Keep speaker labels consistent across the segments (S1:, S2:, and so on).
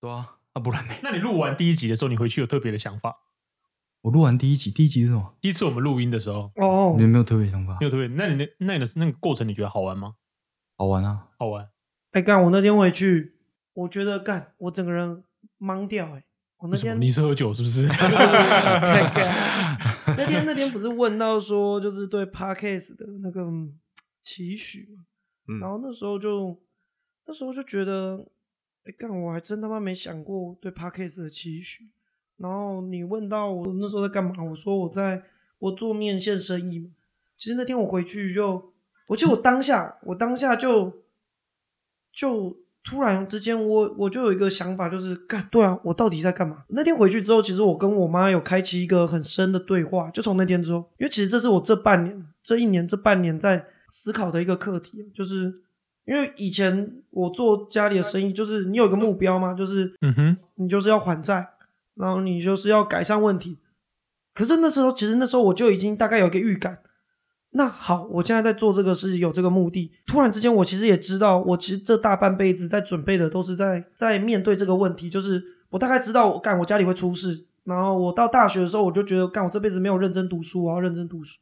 S1: 对啊，啊不然呢？
S2: 那你录完第一集的时候，你回去有特别的想法？
S1: 我录完第一集，第一集是什么？
S2: 第一次我们录音的时候，
S3: 哦
S1: 你有没有特别想法
S2: 你？有特别？那你的那你的那个过程，你觉得好玩吗？
S1: 好玩啊！
S2: 好玩，
S3: 哎干，我那天回去，我觉得干，我整个人懵掉哎、我那
S2: 为什么？
S3: 天
S2: 你是喝酒是不 是？
S3: 太干那天那天不是问到说就是对 podcast 的那个嗯期许嘛，
S4: 嗯
S3: 然后那时候就那时候就觉得，哎、干，我还真他妈没想过对 podcast 的期许。然后你问到我那时候在干嘛，我说我在我做面线生意嘛。其实那天我回去就，我记得我当下我当下就就突然之间我我就有一个想法，就是干对啊，我到底在干嘛？那天回去之后，其实我跟我妈有开启一个很深的对话，就从那天之后，因为其实这是我这半年、这一年、这半年在思考的一个课题，啊就是因为以前我做家里的生意，就是你有一个目标嘛，就是
S2: 嗯哼，
S3: 你就是要还债，然后你就是要改善问题。可是那时候，其实那时候我就已经大概有一个预感。那好，我现在在做这个是有这个目的。突然之间，我其实也知道，我其实这大半辈子在准备的都是在在面对这个问题，就是我大概知道我干我家里会出事。然后我到大学的时候，我就觉得干我这辈子没有认真读书，我要认真读书。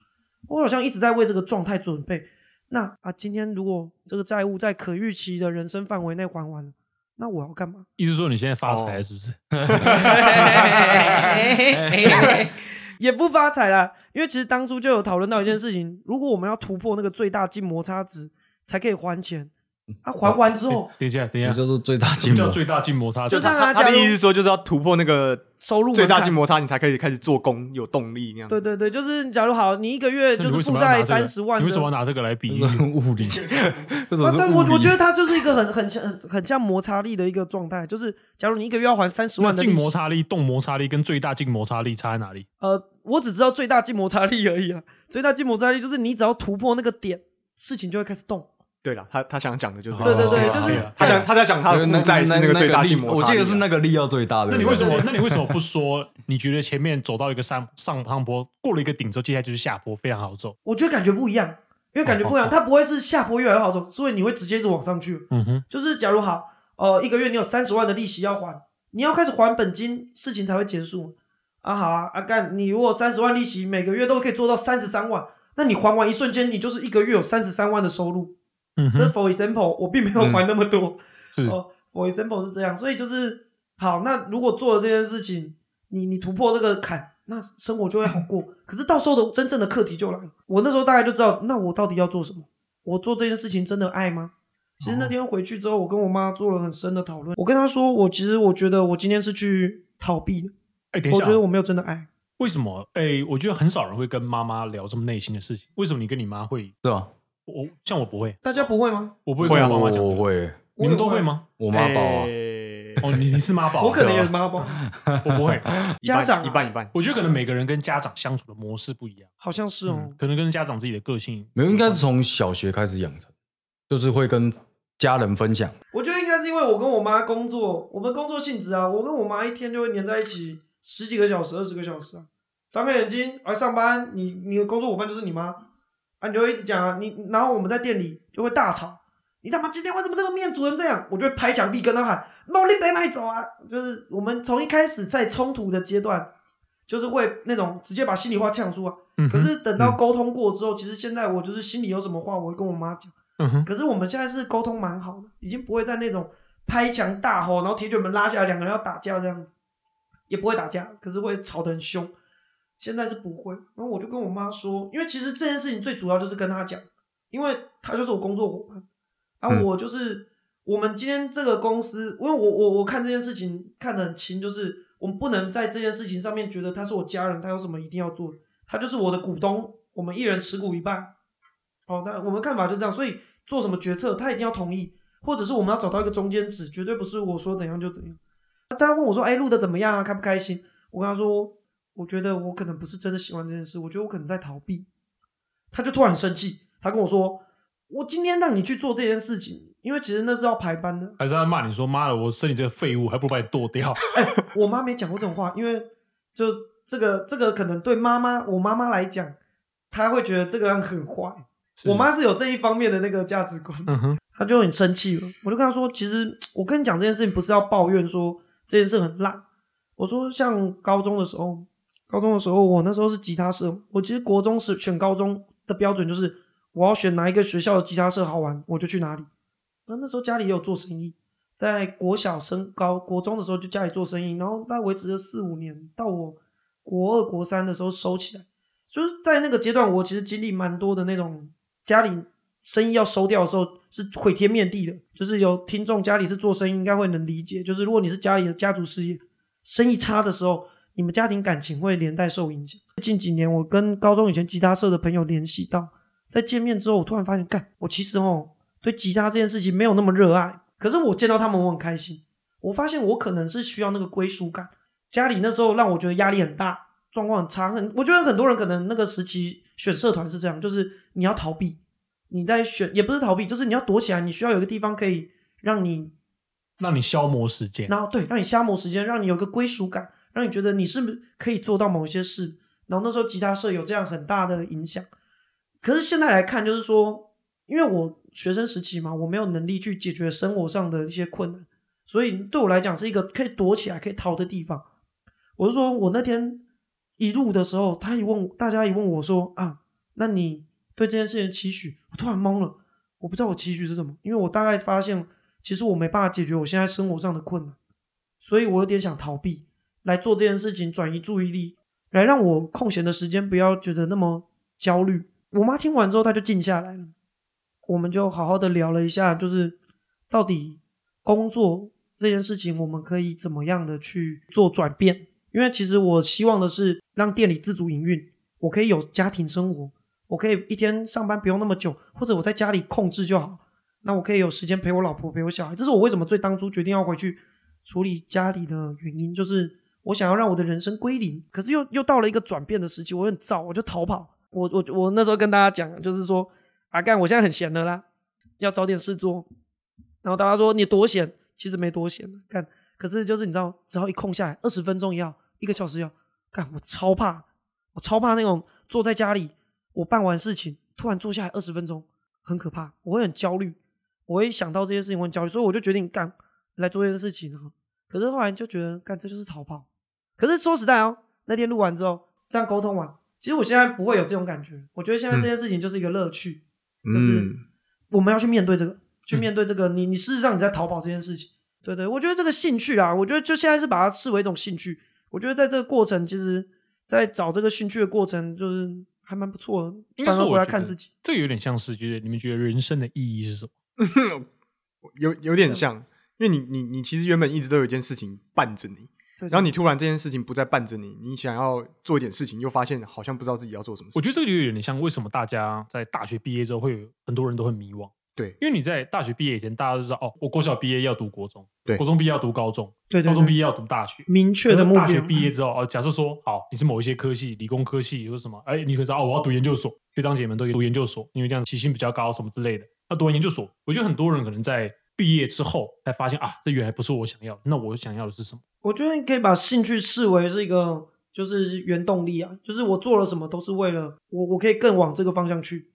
S3: 我好像一直在为这个状态准备。那啊，今天如果这个债务在可预期的人生范围内还完了，那我要干嘛？
S2: 意思说你现在发
S3: 哦
S2: 财了是不是？
S3: 也不发财啦，因为其实当初就有讨论到一件事情，如果我们要突破那个最大净摩擦值才可以还钱，啊，还完之 后
S2: 等一下，等一
S1: 什
S2: 下
S1: 么，叫做最大
S2: 什
S1: 进
S2: 么
S1: 步
S2: 啊叫？最大静摩擦？
S3: 就
S2: 这
S3: 让他
S4: 他
S3: 加入
S4: 的意思是说，就是要突破那个
S3: 收入门槛
S4: 最大静摩擦，你才可以开始做工，有动力那样。
S3: 对对对，就是假如好，你一个月
S2: 那
S3: 就
S2: 你
S3: 是
S2: 为什
S3: 负
S2: 么要拿
S3: 债
S2: 这个
S3: 三十万
S2: 你
S3: 的，
S2: 为什么要拿这个来 比
S1: 这
S2: 喻？
S1: 是很物理，这种
S3: 啊
S1: 是
S3: 但我
S1: 物理
S3: 我觉得它就是一个很很像很像摩擦力的一个状态，就是假如你一个月要还三十
S2: 那
S3: 万的利
S2: 静
S3: 息
S2: 摩擦力、动摩擦力跟最大静摩擦力差在哪里？
S3: 呃，我只知道最大静摩擦力而已啊，最大静摩擦力就是你只要突破那个点，事情就会开始动。
S4: 对了，他他想讲的就是这个，
S3: 对对对，
S2: 哦
S3: 就是
S2: 好
S4: 他想他在讲他的
S1: 那
S4: 负债是
S1: 那
S4: 那个最大
S1: 力
S4: 静摩擦力啊。
S1: 我记得是那个力要最大的。
S2: 那你为什
S1: 对
S2: 么
S1: 不？对
S2: 那你为什么不说？你觉得前面走到一个上上坡坡，过了一个顶之后，接下来就是下坡，非常好走。
S3: 我觉得感觉不一样，因为感觉不一样，它不会是下坡越来越好走，所以你会直接一直往上去。
S2: 嗯哼，
S3: 就是假如好，呃，一个月你有三十万的利息要还，你要开始还本金，事情才会结束。啊好啊，啊干，你如果三十万利息每个月都可以做到三十三万，那你还完一瞬间，你就是一个月有三十三万的收入。
S2: 嗯
S3: 这
S2: 哼，
S3: 是 for example，我并没有还那么多。
S2: 嗯是
S3: 哦，for example 是这样，所以就是好。那如果做了这件事情，你你突破这个坎，那生活就会好过。可是到时候的真正的课题就来了。我那时候大概就知道，那我到底要做什么？我做这件事情真的爱吗？其
S2: 哦
S3: 实那天回去之后，我跟我妈做了很深的讨论。我跟她说，我其实我觉得我今天是去逃避的，
S2: 哎，等一
S3: 我
S2: 下
S3: 觉，得我没有真的爱。
S2: 为什么？哎、我觉得很少人会跟妈妈聊这么内心的事情。为什么你跟你妈会？
S1: 对吧？
S2: 我像我不会，
S3: 大家不会吗？
S2: 我不会
S4: 会
S2: 跟
S4: 啊
S2: 我妈妈讲、
S1: 我，会，
S2: 你们都会吗？
S1: 我妈宝啊，
S4: 欸
S2: 哦，你你是妈宝，
S3: 我可能
S2: 对
S3: 也
S2: 吧
S3: 是妈宝，
S2: 我不会。
S4: 哦一半
S3: 家长啊
S4: 一半一半，
S2: 我觉得可能每个人跟家长相处的模式不一样，嗯
S3: 好像是哦。
S2: 可能跟家长自己的个性
S1: 没有，应该是从小学开始养成，就是会跟家人分享。
S3: 我觉得应该是因为我跟我妈工作，我们工作性质啊，我跟我妈一天就会黏在一起十几个小时、二十个小时啊。张开眼睛，来上班，你你的工作伙伴就是你妈啊，你就会一直讲啊，你然后我们在店里就会大吵，你他妈今天为什么这个面煮成这样？我就会拍墙壁跟他喊，毛利被卖走啊！就是我们从一开始在冲突的阶段，就是会那种直接把心里话呛出来。啊
S2: 嗯哼
S3: 可是等到沟通过之后，其实现在我就是心里有什么话，我会跟我妈讲。
S2: 嗯哼，
S3: 可是我们现在是沟通蛮好的，已经不会在那种拍墙大吼，然后铁卷门拉下来，两个人要打架这样子，也不会打架，可是会吵得很凶。现在是不会，然后我就跟我妈说，因为其实这件事情最主要就是跟她讲，因为她就是我工作伙伴，啊，
S1: 嗯
S3: 我就是、我们今天这个公司，因为我我我看这件事情看得很清，就是我们不能在这件事情上面觉得他是我家人，他有什么一定要做的，他就是我的股东，我们一人持股一半。哦，那我们看法就这样，所以做什么决策他一定要同意，或者是我们要找到一个中间值，绝对不是我说怎样就怎样。大家问我说：“哎，录的怎么样啊？开不开心？”我跟他说：“我觉得我可能不是真的喜欢这件事，我觉得我可能在逃避。”他就突然很生气，他跟我说：“我今天让你去做这件事情，因为其实那是要排班的。
S2: 还是他骂你说妈的，我生你这个废物，还不如把你剁掉。
S3: 我妈没讲过这种话，因为就这个这个可能对妈妈，我妈妈来讲，她会觉得这个人很坏。
S2: 是
S3: 我妈是有这一方面的那个价值观，
S2: 嗯哼，
S3: 她就很生气了。我就跟她说，其实我跟你讲这件事情，不是要抱怨说这件事很烂。我说像高中的时候，高中的时候我那时候是吉他社，我其实国中是选高中的标准就是我要选哪一个学校的吉他社好玩，我就去哪里。那那时候家里也有做生意，在国小升高国中的时候就家里做生意，然后大概维持了四五年，到我国二国三的时候收起来。就是在那个阶段，我其实经历蛮多的那种家里生意要收掉的时候是毁天灭地的。就是有听众家里是做生意，应该会能理解。就是如果你是家里的家族事业，生意差的时候，你们家庭感情会连带受影响。近几年，我跟高中以前吉他社的朋友联系到，在见面之后，我突然发现，干，我其实哦对吉他这件事情没有那么热爱，可是我见到他们，我很开心。我发现我可能是需要那个归属感。家里那时候让我觉得压力很大，状况很差，很我觉得很多人可能那个时期选社团是这样，就是你要逃避，你在选也不是逃避，就是你要躲起来，你需要有一个地方可以让你
S2: 让你消磨时间。
S3: 然后对，让你消磨时间，让你有个归属感，让你觉得你是不是可以做到某些事。然后那时候吉他社有这样很大的影响。可是现在来看，就是说，因为我学生时期嘛，我没有能力去解决生活上的一些困难，所以对我来讲是一个可以躲起来、可以逃的地方。我是说，我那天一路的时候，他一问大家一问我说啊，那你对这件事情的期许，我突然懵了，我不知道我期许是什么，因为我大概发现其实我没办法解决我现在生活上的困难，所以我有点想逃避来做这件事情，转移注意力，来让我空闲的时间不要觉得那么焦虑。我妈听完之后，她就静下来了，我们就好好的聊了一下，就是到底工作这件事情，我们可以怎么样的去做转变？因为其实我希望的是让店里自主营运，我可以有家庭生活，我可以一天上班不用那么久，或者我在家里控制就好。那我可以有时间陪我老婆，陪我小孩。这是我为什么最当初决定要回去处理家里的原因，就是我想要让我的人生归零。可是又又到了一个转变的时期，我很燥，我就逃跑。我我我那时候跟大家讲，就是说啊，干，我现在很闲的啦，要找点事做。然后大家说你多闲，其实没多闲，干。可是就是你知道，只要一空下来，二十分钟也要，一个小时也要，干，我超怕，我超怕那种坐在家里，我办完事情突然坐下来二十分钟，很可怕，我会很焦虑。我会想到这些事情，我很焦虑，所以我就决定干来做这件事情啊。可是后来就觉得干这就是逃跑。可是说实在哦，那天录完之后这样沟通完，其实我现在不会有这种感觉。我觉得现
S2: 嗯
S3: 在这件事情就是一个乐趣，就是
S4: 嗯，
S3: 我们要去面对这个，
S2: 嗯
S3: 去面对这个。你你事实上你在逃跑这件事情，对对，我觉得这个兴趣啊，我觉得就现在是把它视为一种兴趣。我觉得在这个过程，其实在找这个兴趣的过程，就是还蛮不错的。
S2: 应该
S3: 反
S2: 是
S3: 而
S2: 我
S3: 回来
S2: 觉
S3: 看
S2: 得
S3: 自己，
S2: 这个有点像是，就是你们觉得人生的意义是什么？
S4: 有有点像，因为你你你其实原本一直都有一件事情伴着你，
S3: 对
S4: 然后你突然这件事情不再伴着你，你想要做一点事情，又发现好像不知道自己要做什么事。
S2: 我觉得这个就有点像为什么大家在大学毕业之后会有很多人都会迷惘。
S4: 对
S2: 因为你在大学毕业以前，大家都知道哦，我国小毕业要读国中，
S4: 对
S2: 国中毕业要读高中，
S3: 对对
S2: 高中毕
S3: 对，
S2: 业要读大学。
S3: 明确
S2: 可
S3: 的
S2: 是
S3: 目
S2: 大
S3: 标嗯
S2: 学。毕业之后，哦，假设说好，你是某一些科系，理工科系或是什么，哎，你可以知道哦，我要读研究所，学长姐们都读研究所，因为这样起薪比较高，什么之类的。那读完研究所，我觉得很多人可能在毕业之后才发现啊，这原来不是我想要的，那我想要的是什么？
S3: 我觉得你可以把兴趣视为是一个就是原动力啊，就是我做了什么都是为了我，我可以更往这个方向去。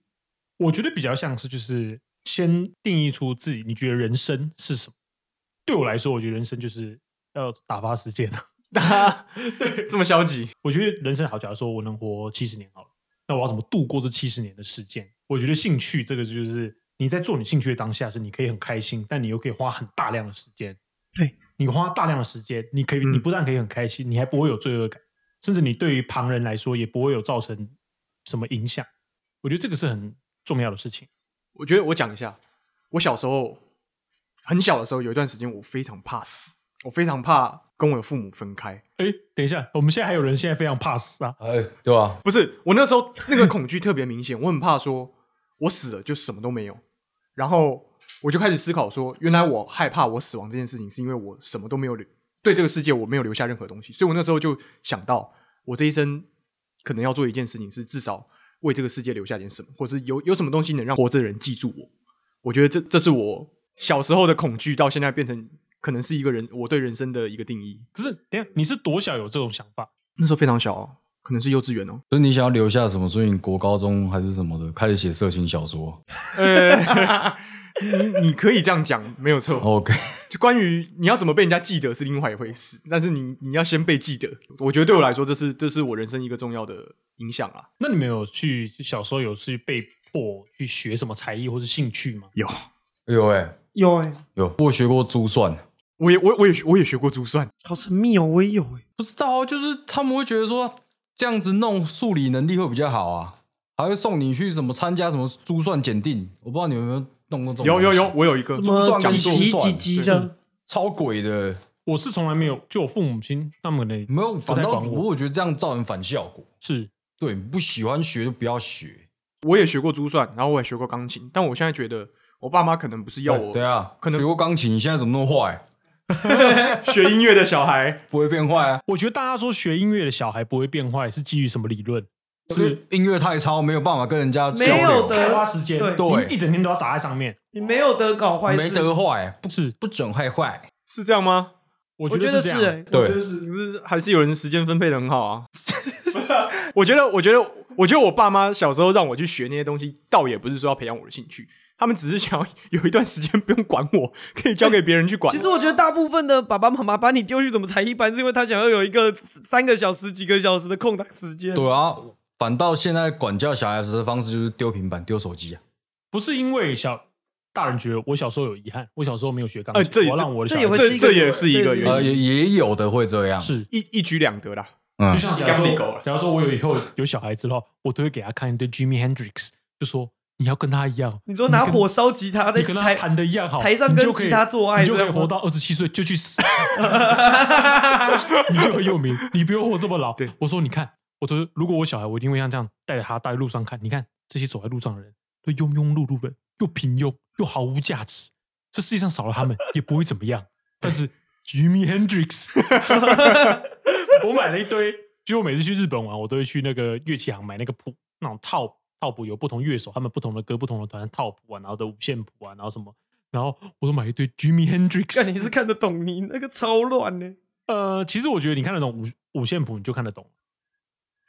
S2: 我觉得比较像是就是先定义出自己，你觉得人生是什么？对我来说，我觉得人生就是要打发时间啊。
S4: 对，这么消极，
S2: 我觉得人生好，假如说我能活七十年好了，那我要怎么度过这七十年的时间？我觉得兴趣这个就是你在做你兴趣的当下，是你可以很开心，但你又可以花很大量的时间。
S3: 对，
S2: 你花大量的时间，你可以，
S4: 嗯
S2: 你不但可以很开心，你还不会有罪恶感，甚至你对于旁人来说也不会有造成什么影响。我觉得这个是很重要的事情。
S4: 我觉得我讲一下，我小时候很小的时候有一段时间，我非常怕死，我非常怕跟我的父母分开。
S2: 哎，等一下，我们现在还有人现在非常怕死啊！
S1: 哎，对吧、
S4: 不是，我那时候那个恐惧特别明显，我很怕说，我死了就什么都没有。然后我就开始思考说，原来我害怕我死亡这件事情，是因为我什么都没有留，对这个世界我没有留下任何东西。所以我那时候就想到，我这一生可能要做一件事情，是至少为这个世界留下点什么，或是有有什么东西能让活着的人记住我。我觉得这这是我小时候的恐惧，到现在变成可能是一个人我对人生的一个定义。
S2: 可是，等一下你是多小有这种想法？
S4: 那时候非常小哦、可能是幼稚园哦。
S1: 所以你想要留下什么？所以你国高中还是什么的，开始写色情小说。
S4: 呃，你你可以这样讲，没有错。
S1: OK，哎
S4: 就关于你要怎么被人家记得是另外一回事，但是你你要先被记得。我觉得对我来说，这是这是我人生一个重要的影响啊啦。
S2: 那你们有去小时候有去被迫去学什么才艺或是兴趣吗？
S4: 有，
S1: 有哎、
S3: 有哎、
S1: 有，我学过珠算，
S4: 我也我我也我也学过珠算，
S3: 好神秘哦，我也有哎、
S1: 不知道，就是他们会觉得说这样子弄数理能力会比较好啊，还会送你去什么参加什么珠算检定，我不知道你们有没有弄过这种。
S4: 有有有，，我有一个
S3: 什么
S1: 算
S3: 几
S1: 跟珠
S3: 级
S1: 算
S3: 几级
S4: 对
S3: 的？
S1: 超鬼的，
S2: 我是从来没有，就我父母亲他们的
S1: 没有，
S2: 不
S1: 反
S2: 太
S1: 倒
S2: 管我
S1: 我觉得这样造成反效果。
S2: 是
S1: 对，不喜欢学就不要学。
S4: 我也学过珠算，然后我也学过钢琴，但我现在觉得我爸妈可能不是要
S1: 对
S4: 我
S1: 对啊，
S4: 可能
S1: 学过钢琴，你现在怎么那么坏？
S4: 学音乐的小孩，
S1: 不会变坏啊？
S2: 我觉得大家说学音乐的小孩不会变坏，是基于什么理论？
S1: 是音乐太超，没有办法跟人家交
S3: 没有
S1: 流，
S3: 的
S2: 太花时间，
S3: 对
S1: 对
S2: 你一整天都要砸在上面。
S3: 你没有得搞坏
S1: 没
S3: 事，
S1: 得坏，不
S2: 是，
S1: 不准坏坏。
S4: 是这样吗？
S2: 我
S3: 我觉
S2: 得
S3: 得是
S2: 这样
S3: 哎、
S1: 对
S4: 我觉得是，可是还是有人时间分配的很好啊。 我觉得，我觉得，我觉得我爸妈小时候让我去学那些东西，倒也不是说要培养我的兴趣，他们只是想要 有一段时间不用管我，可以交给别人去管。
S3: 其实我觉得大部分的爸爸妈妈把你丢去怎么才艺班，是因为他想要有一个三个小时、几个小时的空档时间。
S1: 对啊，反倒现在管教小孩子的方式就是丢平板、丢手机啊。
S2: 不是因为小大人觉得我小时候有遗憾，我小时候没有学钢
S4: 呃
S2: 琴，
S4: 这也
S2: 我要让我的
S3: 哎这
S2: 小
S3: 也
S2: 孩
S3: 会
S2: 知
S4: 这这也是一
S3: 这也
S4: 个
S3: 是一
S4: 原
S3: 个
S1: 呃，
S4: 因，
S1: 也也有的会这样，
S2: 是。
S4: 一一举两得啦。
S1: 嗯
S2: 就，像假
S4: 干
S2: 如说
S4: 你狗啊
S2: 假如说我有以后有小孩之后，我都会给他看一堆 Jimmy Hendrix，就说你要跟他一样，
S3: 你说拿火烧吉他在
S2: 你跟他
S3: 台
S2: 弹的一样好，
S3: 台上
S2: 你
S3: 跟
S2: 就可以
S3: 吉他做爱
S2: 你就
S3: 这
S2: 可以
S3: 样
S2: 活
S3: 吗
S2: 到二十七岁就去死，你就很有名，你不用活这么老
S4: 对。
S2: 我说你看，我都如果我小孩，我一定会像这样带着他在路上看，你看这些走在路上的人，都庸庸碌碌的，又平庸又毫无价值，这世界上少了他们也不会怎么样。但是 Jimmy Hendrix，我买了一堆，就我每次去日本玩，我都会去那个乐器行买那个谱，那种套套谱有不同乐手，他们不同的歌、不同的团的套谱啊，然后的五线谱啊，然后什么，然后我都买一堆 Jimmy Hendrix。
S3: 干你是看得懂你那个超乱呢、欸
S2: 呃，其实我觉得你看得懂五五线谱，你就看得懂。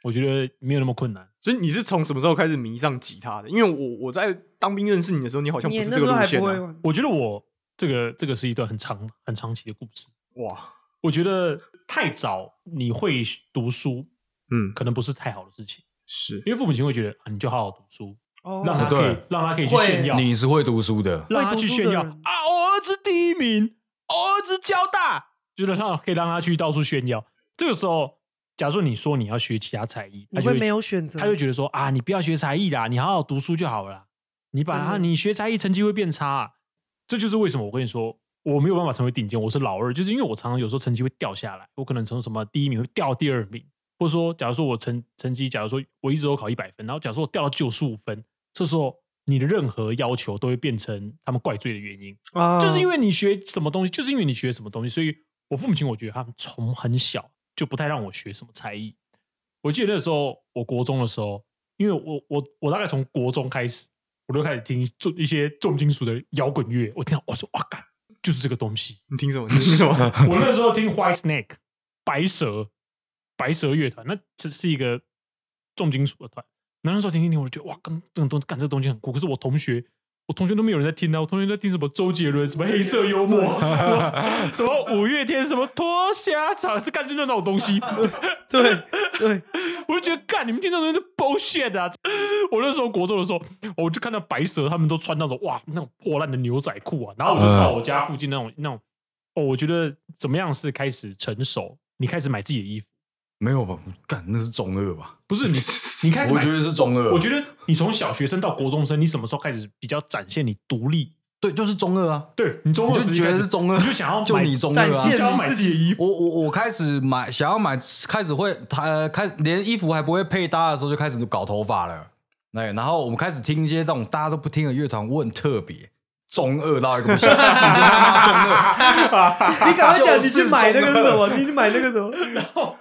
S2: 我觉得没有那么困难。
S4: 所以你是从什么时候开始迷上吉他的？因为我我在当兵认识你的时候，你好像不
S3: 你
S4: 是
S3: 那
S4: 这
S3: 时
S4: 个
S3: 候
S4: 路
S3: 还不
S4: 线、
S3: 会
S4: 啊。
S3: 玩，
S2: 我觉得我这个这个是一段很长很长期的故事。
S4: 哇，
S2: 我觉得太早你会读书，
S4: 嗯，
S2: 可能不是太好的事情，
S4: 是
S2: 因为父母亲会觉得啊，你就好好读书，
S3: 哦
S2: 让他
S1: 对
S2: 可以让他可以去
S3: 会
S2: 炫耀，
S1: 你是会读书的，
S2: 让他
S3: 会读
S2: 去
S3: 书
S2: 炫
S3: 的
S2: 耀
S3: 人
S2: 啊，我儿子第一名，我儿子交大，就是让可以让他去到处炫耀。这个时候，假如说你说你要学其他才艺，他
S3: 你
S2: 就
S3: 会没有选择，
S2: 他就觉得说啊，你不要学才艺啦，你好好读书就好了啦。你把他，
S3: 真的
S2: 你学才艺成绩会变差啊、这就是为什么我跟你说，我没有办法成为顶尖，我是老二，就是因为我常常有时候成绩会掉下来，我可能从什么第一名会掉第二名，或者说，假如说我成成绩，假如说我一直都考一百分，然后假如说我掉到九十五分，这时候你的任何要求都会变成他们怪罪的原因。
S3: 啊
S2: 就是因
S3: 为
S2: 为你学什么东西，就是因为你学什么东西，所以我父母亲我觉得他们从很小就不太让我学什么才艺。我记得那时候我国中的时候，因为我我我大概从国中开始，我就开始听重一些重金属的摇滚乐，我听到我说哇干，就是这个东西。
S4: 你听什么？你听什么？
S2: 我那时候听 White Snake 白蛇白蛇乐团，那只是一个重金属的团。然后那时候听听听，我就觉得哇，跟这种东干这个东西很酷。可是我同学，我同学都没有人在听啊，我同学都在听什么周杰伦、什么黑色幽默、什么什么五月天、什么脱下场，是干就那种东西。
S3: 对对，
S2: 我就觉得干你们听这种东西是 bullshit 啊！ 我那时候国中的时候，我就看到白蛇他们都穿那种哇那种破烂的牛仔裤啊，然后我就
S1: 嗯
S2: 到我家附近那种那种哦，我觉得怎么样是开始成熟，你开始买自己的衣服，
S1: 没有吧？干，那是中二 吧？
S2: 不是你你开始
S1: 我
S2: 买
S1: 觉
S2: 自己。
S1: 得是中二，啊
S2: 我觉得你从小学生到国中生，你什么时候开始比较展现你独立？
S1: 对，就是中二啊。
S2: 对你中
S1: 你
S2: 二
S1: 就
S2: 时期
S1: 觉
S2: 开
S1: 得
S2: 始
S1: 是中二
S2: 你就想要
S1: 就
S2: 买
S1: 你中二啊
S3: 展
S2: 你
S3: 现
S2: 想要买自己的衣服，
S1: 我我我开始买，想要买，开始会，呃，开连衣服还不会配搭的时候就开始搞头发了。哎，然后我们开始听一些那种大家都不听的乐团，我很特别，中二到一个 不行，你真他妈中二。
S3: 你赶快讲
S1: 就
S3: 你
S1: 是
S3: 去买那个
S1: 中
S3: 是
S1: 二
S3: 什么？你去买那个什么？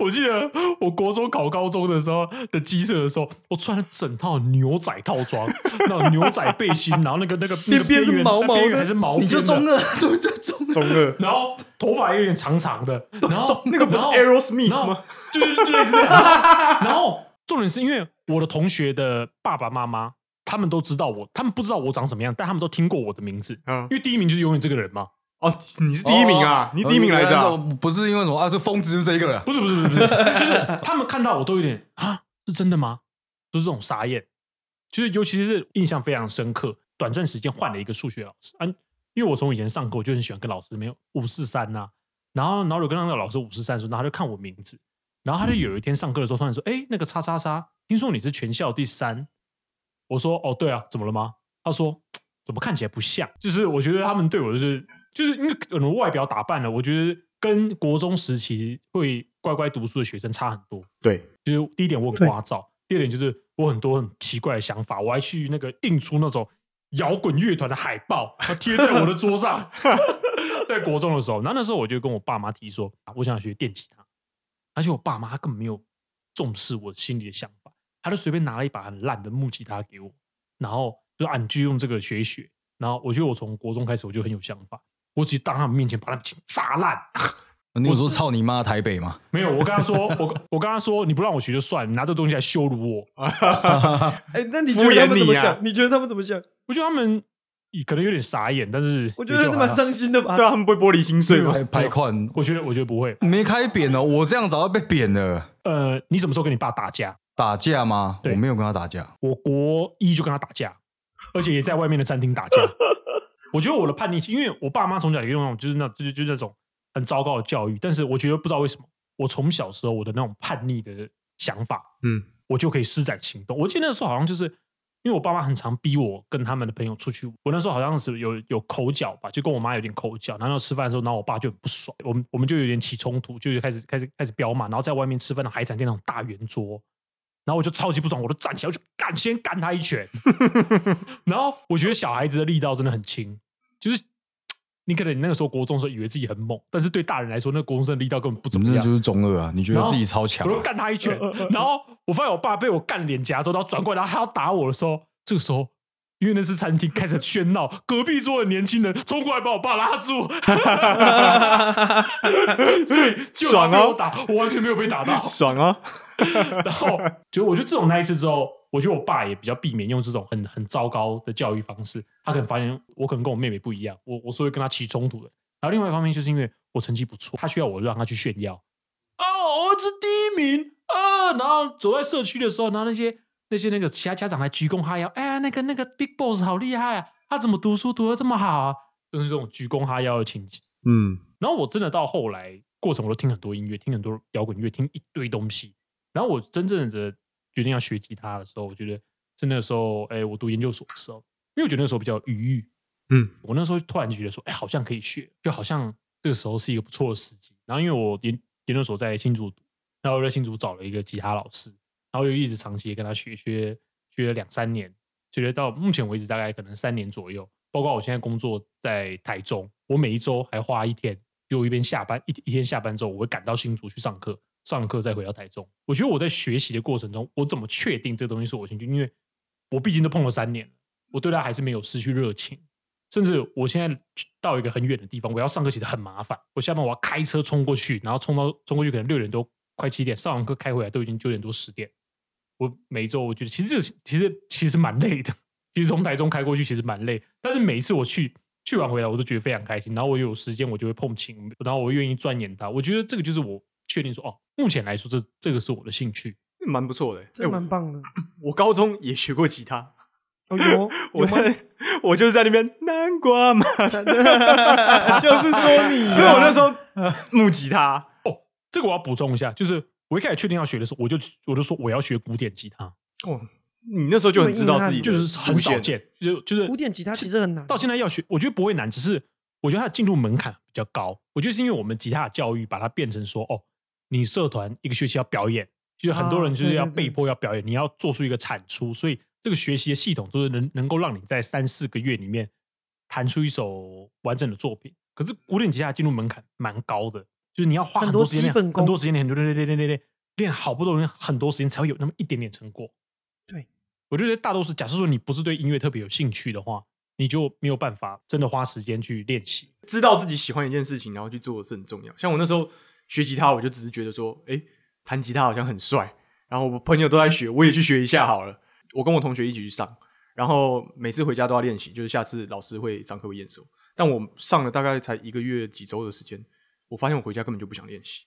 S2: 我记得我国中考高中的时候的鸡舍的时候，我穿了整套牛仔套装，那种牛仔背心，然后那个那个那个
S3: 边边是
S2: 缘
S3: 毛毛的
S2: 边缘还是毛边
S1: 你
S2: 的，
S1: 就中二，就就中
S4: 中 二，
S2: 然后头发有点长长的，然后
S4: 那个不是
S2: 然后
S4: Aerosmith
S2: 然后
S4: 吗？
S2: 就是就类似那样。 然后然后重点是因为我的同学的爸爸妈妈，他们都知道我，他们不知道我长什么样，但他们都听过我的名字，
S4: 嗯
S2: 因，为第一名就是永远这个人嘛。
S4: 哦，你是第一名啊，
S1: 哦
S3: 哦
S4: 你第一名来着、啊，
S1: 不是因为什么啊？是疯子就这一个人，
S2: 不是不是不是不是， 就是他们看到我都有点啊，是真的吗？就是这种傻眼，就是尤其是印象非常深刻，短暂时间换了一个数学老师，啊，因为我从以前上课我就很喜欢跟老师没有五四三呐，然后然后有跟那个老师五四三的时候，然后他就看我名字，然后他就有一天上课的时候突然说，哎、那个叉叉叉，听说你是全校第三，我说哦对啊，怎么了吗？他说怎么看起来不像？就是我觉得他们对我就是就是因为可能外表打扮了，我觉得跟国中时期会乖乖读书的学生差很多。
S4: 对，
S2: 就是第一点我很聒噪，第二点就是我很多很奇怪的想法，我还去那个印出那种摇滚乐团的海报，然后贴在我的桌上。在国中的时候，然后那时候我就跟我爸妈提说，啊我想学电吉他，而且我爸妈根本没有重视我心里的想法，他就随便拿了一把很烂的木吉他给我，然后就说啊，你去用这个学一学。然后我觉得我从国中开始我就很有想法，我只当他们面前把他们砸烂。
S1: 你有说操你妈台北 吗？
S2: 没有，我跟他说，我我跟他说，你不让我学就算，你拿这东西来羞辱我，
S3: 哎，那你
S4: 敷
S3: 觉得他
S4: 衍
S3: 们怎么
S4: 你啊
S3: 想？你觉得他们怎么想？
S2: 我觉得他们可能有点傻眼，但是
S3: 我觉得
S2: 也就
S3: 他
S2: 还
S3: 蛮
S2: 好
S3: 伤心的吧
S4: 对。啊，他们不会玻璃心碎吗？
S1: 拍拍款
S2: 我觉得我觉得不会。
S1: 没开扁哦，我这样早就被扁了。
S2: 呃，你什么时候跟你爸打架？
S1: 打架吗？我
S2: 对
S1: 没有跟他打架，
S2: 我国一就跟他打架，而且也在外面的餐厅打架。 我觉得我的叛逆期，因为我爸妈从小也用那种就是那就是就是那种很糟糕的教育，但是我觉得不知道为什么，我从小时候我的那种叛逆的想法，
S4: 嗯，
S2: 我就可以施展行动。我记得那时候好像就是因为我爸妈很常逼我跟他们的朋友出去，我那时候好像是有有口角吧，就跟我妈有点口角，然后吃饭的时候，然后我爸就很不爽，我们我们就有点起冲突，就是开始开始开始飙嘛，然后在外面吃饭的海产店那种大圆桌。然后我就超级不爽，我就站起来，我就干，先干他一拳。然后我觉得小孩子的力道真的很轻，就是你可能你那个时候国中的时候以为自己很猛，但是对大人来说，那国中生的力道根本不
S1: 怎
S2: 怎么
S1: 么这
S2: 样
S1: 就。是中二啊？你觉得自己超强
S2: 我就干他一拳。呃然后我发现我爸被我干脸颊之后，然后转过来，然后他要打我的时候，这个时候因为那是餐厅开始喧闹，隔壁桌的年轻人冲过来把我爸拉 住，所以就他
S4: 爽
S2: 被
S4: 哦
S2: 我打，我完全没有被打到。
S4: 爽啊！
S2: 然后就我觉得自从那一次之后，我觉得我爸也比较避免用这种很很糟糕的教育方式。他可能发现我可能跟我妹妹不一样，我我是会跟他起冲突的。然后另外一方面就是因为我成绩不错，他需要我让他去炫耀啊，我儿子第一名啊。然后走在社区的时候，然后那些那些那个其他家长来鞠躬哈腰，哎呀，那个那个 Big Boss 好厉害啊，他怎么读书读的这么好啊？就是这种鞠躬哈腰的情景。
S4: 嗯，
S2: 然后我真的到后来过程，我都听很多音乐，听很多摇滚乐，听一堆东西。然后我真正的决定要学吉他的时候，我觉得是那个时候，哎，我读研究所的时候，因为我觉得那时候比较有余裕，
S4: 嗯，
S2: 我那时候突然觉得说，哎，好像可以学，就好像这个时候是一个不错的时机。然后因为我研研究所在新竹读，然后我在新竹找了一个吉他老师，然后就一直长期地跟他学，学学了两三年，学了到目前为止大概可能三年左右。包括我现在工作在台中，我每一周还花一天，就我一边下班一一天下班之后，我会赶到新竹去上课，上完课再回到台中。我觉得我在学习的过程中，我怎么确定这东西是我兴趣？因为我毕竟都碰了三年了，我对它还是没有失去热情。甚至我现在到一个很远的地方，我要上课其实很麻烦。我下班我要开车冲过去，然后冲到冲过去可能六点多快七点，上完课开回来都已经九点多十点。我每一周我觉得其实这其实其实蛮累的，其实从台中开过去其实蛮累，但是每一次我去去完回来我都觉得非常开心，然后我有时间我就会碰琴，然后我愿意钻研它。我觉得这个就是我确定说哦，目前来说这这个是我的兴趣。
S4: 蛮不错的、欸。
S3: 这蛮棒的。
S4: 我我高中也学过吉他，
S3: 哦，有
S4: 我
S3: 有 吗？
S4: 在我就是在那边南瓜嘛，
S3: 就是说你
S4: 因
S3: 啊，
S4: 为我那时候木吉他，
S2: 这个我要补充一下，就是我一开始确定要学的时候，我就我就说我要学古典吉他，
S4: 哦，你那时候就很知道自己的
S2: 就是很
S4: 路
S2: 少
S4: 线，
S2: 见，就就是
S3: 古典吉他其实很难，啊
S2: 到现在要学，我觉得不会难，只是我觉得它的进入门槛比较高。我觉得是因为我们吉他的教育把它变成说，哦，你社团一个学期要表演，就是很多人就是要
S3: 啊对对对
S2: 被迫要表演，你要做出一个产出，所以这个学习的系统就是能能够让你在三四个月里面弹出一首完整的作品。可是古典吉他的进入门槛蛮高的，就是你要花
S3: 很
S2: 多
S3: 多
S2: 时间
S3: 基
S2: 练，
S3: 本
S2: 很
S3: 功
S2: 多时间练，很多练练练练练练好不容易很多时间才会有那么一点点成果。
S3: 对，
S2: 我觉得大多数，假设说你不是对音乐特别有兴趣的话，你就没有办法真的花时间去练习。
S4: 知道自己喜欢一件事情，然后去做是很重要。像我那时候学吉他，我就只是觉得说，诶，弹吉他好像很帅，然后我朋友都在学，我也去学一下好了。我跟我同学一起去上，然后每次回家都要练习，就是下次老师会上课会验收。但我上了大概才一个月几周的时间，我发现我回家根本就不想练习，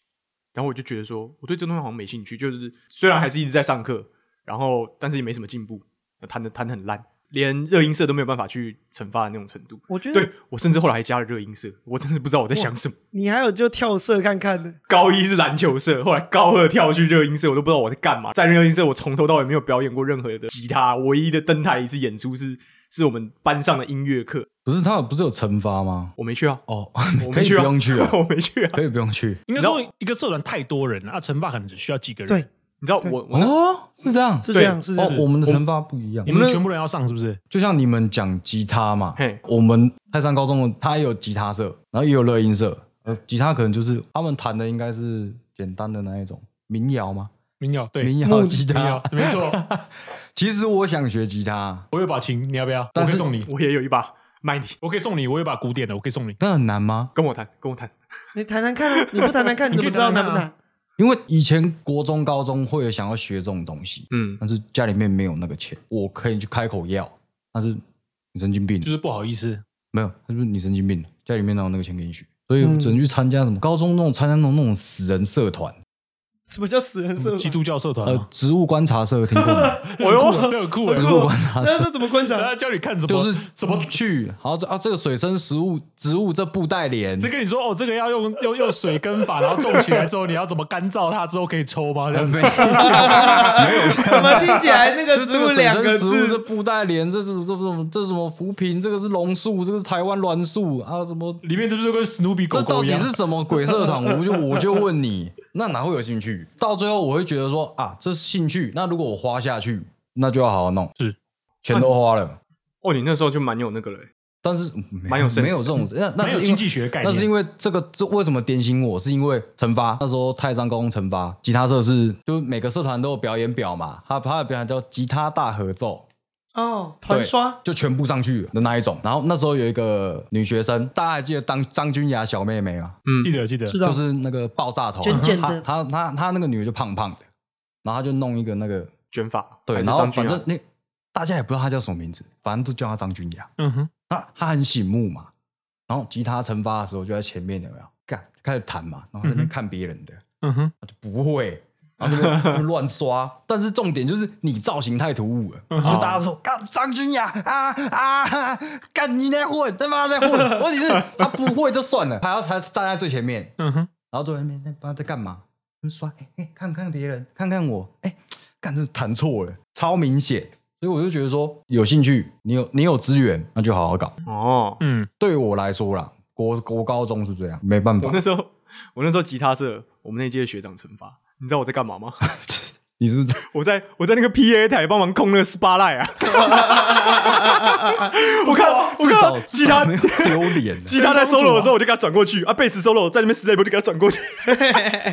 S4: 然后我就觉得说，我对这东西好像没兴趣，就是虽然还是一直在上课，然后但是也没什么进步，弹的弹的很烂，连热音社都没有办法去惩罚的那种程度。
S3: 啊我觉得
S4: 对我甚至后来还加了热音社，我真的不知道我在想什么。
S3: 你还有就跳色看看的，
S4: 高一是篮球社，后来高二跳去热音社，我都不知道我在干嘛。在热音社，我从头到尾没有表演过任何的吉他，唯一的登台一次演出是是我们班上的音乐课，
S1: 不是他们不是有惩罚吗？
S4: 我没去啊，
S1: 哦，
S4: 我
S1: 可
S4: 没
S1: 以
S4: 去
S1: 不
S4: 啊，
S1: 用去啊，
S4: 我没去啊。
S1: 可以不用去
S2: 应该说一个社团太多人了，啊，惩罚可能只需要几个人。
S3: 对，
S4: 你知道
S3: 对
S4: 我我那
S1: 哦，是这样，
S3: 是
S4: 对
S3: 这样，是这
S1: 哦
S3: 样，，
S1: 我们的惩罚不一样
S2: 你。
S4: 我
S2: 们
S4: 们
S2: 全部人要上是不是？
S1: 就像你们讲吉他嘛
S4: 嘿，
S1: 我们泰山高中的他也有吉他社，然后也有乐音社，呃，吉他可能就是他们弹的应该是简单的那一种民谣嘛，
S2: 民谣对，
S1: 民
S2: 民
S1: 谣吉他
S2: 谣。没错。
S1: 其实我想学吉他，
S2: 我有把琴，你要不要？我
S1: 但
S2: 可以
S1: 是
S2: 送你，
S4: 我也有一把麦迪，
S2: 我可以送你，我有把古典的，我可以送你。
S1: 但很难吗？
S4: 跟我弹，跟我弹。
S3: 你谈谈看啊，你不谈谈看，你
S2: 你
S3: 怎
S2: 可以
S3: 么知道
S2: 谈谈
S3: 难
S2: 看
S3: 不
S2: 啊
S3: 难？
S1: 因为以前国中、高中会有想要学这种东西，
S4: 嗯，
S1: 但是家里面没有那个钱，我可以去开口要，但是你神经病
S2: 就，是不好意思，
S1: 没有，他就是你神经病，家里面哪有那个钱给你学，所以
S3: 嗯
S1: 只能去参加什么高中那种参加那种那种死人社团，
S3: 什么叫死人社团？
S2: 基督教社团啊
S1: 呃
S2: 嘛，，
S1: 植物观察社有听过 吗？
S4: 哎呦，
S2: 很酷哎
S1: 植，物观察 社
S3: 那这怎么观
S2: 大
S3: 察？
S2: 家教你看什么，
S1: 啊就是
S2: 怎么去。
S1: 去，然后这啊这个水生食物植物这布袋莲，
S2: 这跟你说哦，这个要用用用水根法，然后种起来之后，你要怎么干燥它之后可以抽 吗？这样子
S1: 没有，
S3: 怎么听起来那
S1: 就这
S3: 个植
S1: 个
S3: 物
S1: 水
S3: 两
S1: 生
S3: 个
S1: 食物这
S3: 字？
S1: 布袋莲，这是这这这这什么浮萍，这个是龙树，这个是台湾栾树啊什么。
S2: 里面是不是就跟史努比
S1: 这
S2: 狗
S1: 到
S2: 狗一
S1: 底
S2: 样？
S1: 是什么鬼社 团？我就我就问你，那哪会有兴趣？到最后我会觉得说啊，这是兴趣。那如果我花下去，那就要好好弄，
S2: 是
S1: 钱都花了，嗯
S4: 哦，你那时候就蛮有那个了欸，但是蛮有 sense 的
S1: 没有这种，那那
S2: 没
S1: 是
S2: 有
S1: 因
S2: 经
S1: 为
S2: 济学的概
S1: 那
S2: 念，
S1: 是因为这个，这为什么点醒我？是因为惩罚那时候泰山高中惩罚吉他社是，就是每个社团都有表演表嘛，他他的表演叫吉他大合奏，
S3: 哦，团刷，
S1: 就全部上去的那一种。然后那时候有一个女学生，大家还记得张张君雅小妹妹吗？
S2: 记得记得
S3: 知道
S1: 就是那个爆炸头，
S3: 尖尖的
S1: 她她她她那个女的就胖胖的，然后她就弄一个那个
S4: 卷发，
S1: 对，
S4: 还是
S1: 然后
S4: 张啊君
S1: 反
S4: 雅
S1: 正，那大家也不知道她叫什么名字，反正都叫她张君雅。
S2: 嗯哼，
S1: 他他很醒目嘛，然后吉他惩罚的时候就在前面有没有干开始弹嘛，然后在那边看别人的，
S2: 嗯哼，
S1: 他就不会，然后就就乱刷。但是重点就是你造型太突兀了，所以大家都说干张君雅啊啊，干你在混，他妈在混。问题是他不会就算了，还要他站在最前面，
S2: 嗯哼，
S1: 然后坐在那边在不知道在干嘛，就刷哎、哎看看别人，看看我，哎、干这弹错了，超明显。所以我就觉得说，有兴趣，你有你有资源，那就好好搞。
S4: 哦，
S2: 嗯，
S1: 对我来说啦，国国高中是这样，没办
S4: 我
S1: 法
S4: 那。时候我那时候吉他社，我们那一届的学长惩罚，你知道我在干嘛吗？
S1: 你是不是
S4: 我在我在那个 PA 台帮忙控那个 spotlight 啊，我看我
S1: 至少
S4: 看
S1: 至
S4: 吉
S1: 少
S4: 他
S1: 没有丢脸的？
S4: 吉他在 solo 的时候，我就给他转过去啊，贝斯 solo 在那边 stable 就给他转过去，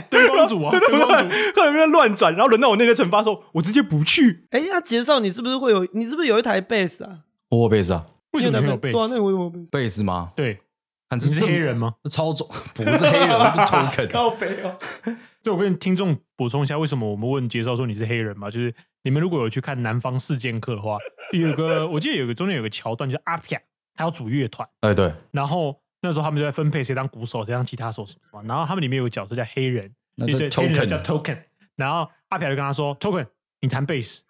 S2: 对方组啊， 对
S4: 他
S2: 方
S4: 在
S2: 组，
S4: 那边乱转，然后轮到我那天惩罚的时候，我直接不去，
S3: 哎，那杰少，你是不是会有？你是不是有一台贝斯啊？
S1: 我有贝斯啊，
S2: 为什么
S3: 你
S2: 没
S3: 有
S2: 有
S3: 台
S2: 贝
S3: 对啊，那
S2: 斯？
S3: 我怎么贝斯？
S1: 贝斯吗？
S2: 对，
S1: 看这
S2: 你是黑人吗？
S1: 这超重，不是黑人，是 token。
S3: 靠北 哦，
S2: 这我跟听众补充一下，为什么我们问介绍说你是黑人嘛？就是你们如果有去看《南方四剑客》的话，有个我记得有个中间有个桥段，就是阿飘他要组乐团，
S1: 哎，对，
S2: 然后那时候他们就在分配谁当鼓手，谁当吉他手什么什么。然后他们里面有个角色叫黑人，
S1: 那
S2: 对
S1: 叫
S2: 对，黑
S1: token
S2: 人叫 Token。然后阿飘就跟他说：“Token，你弹 贝斯。”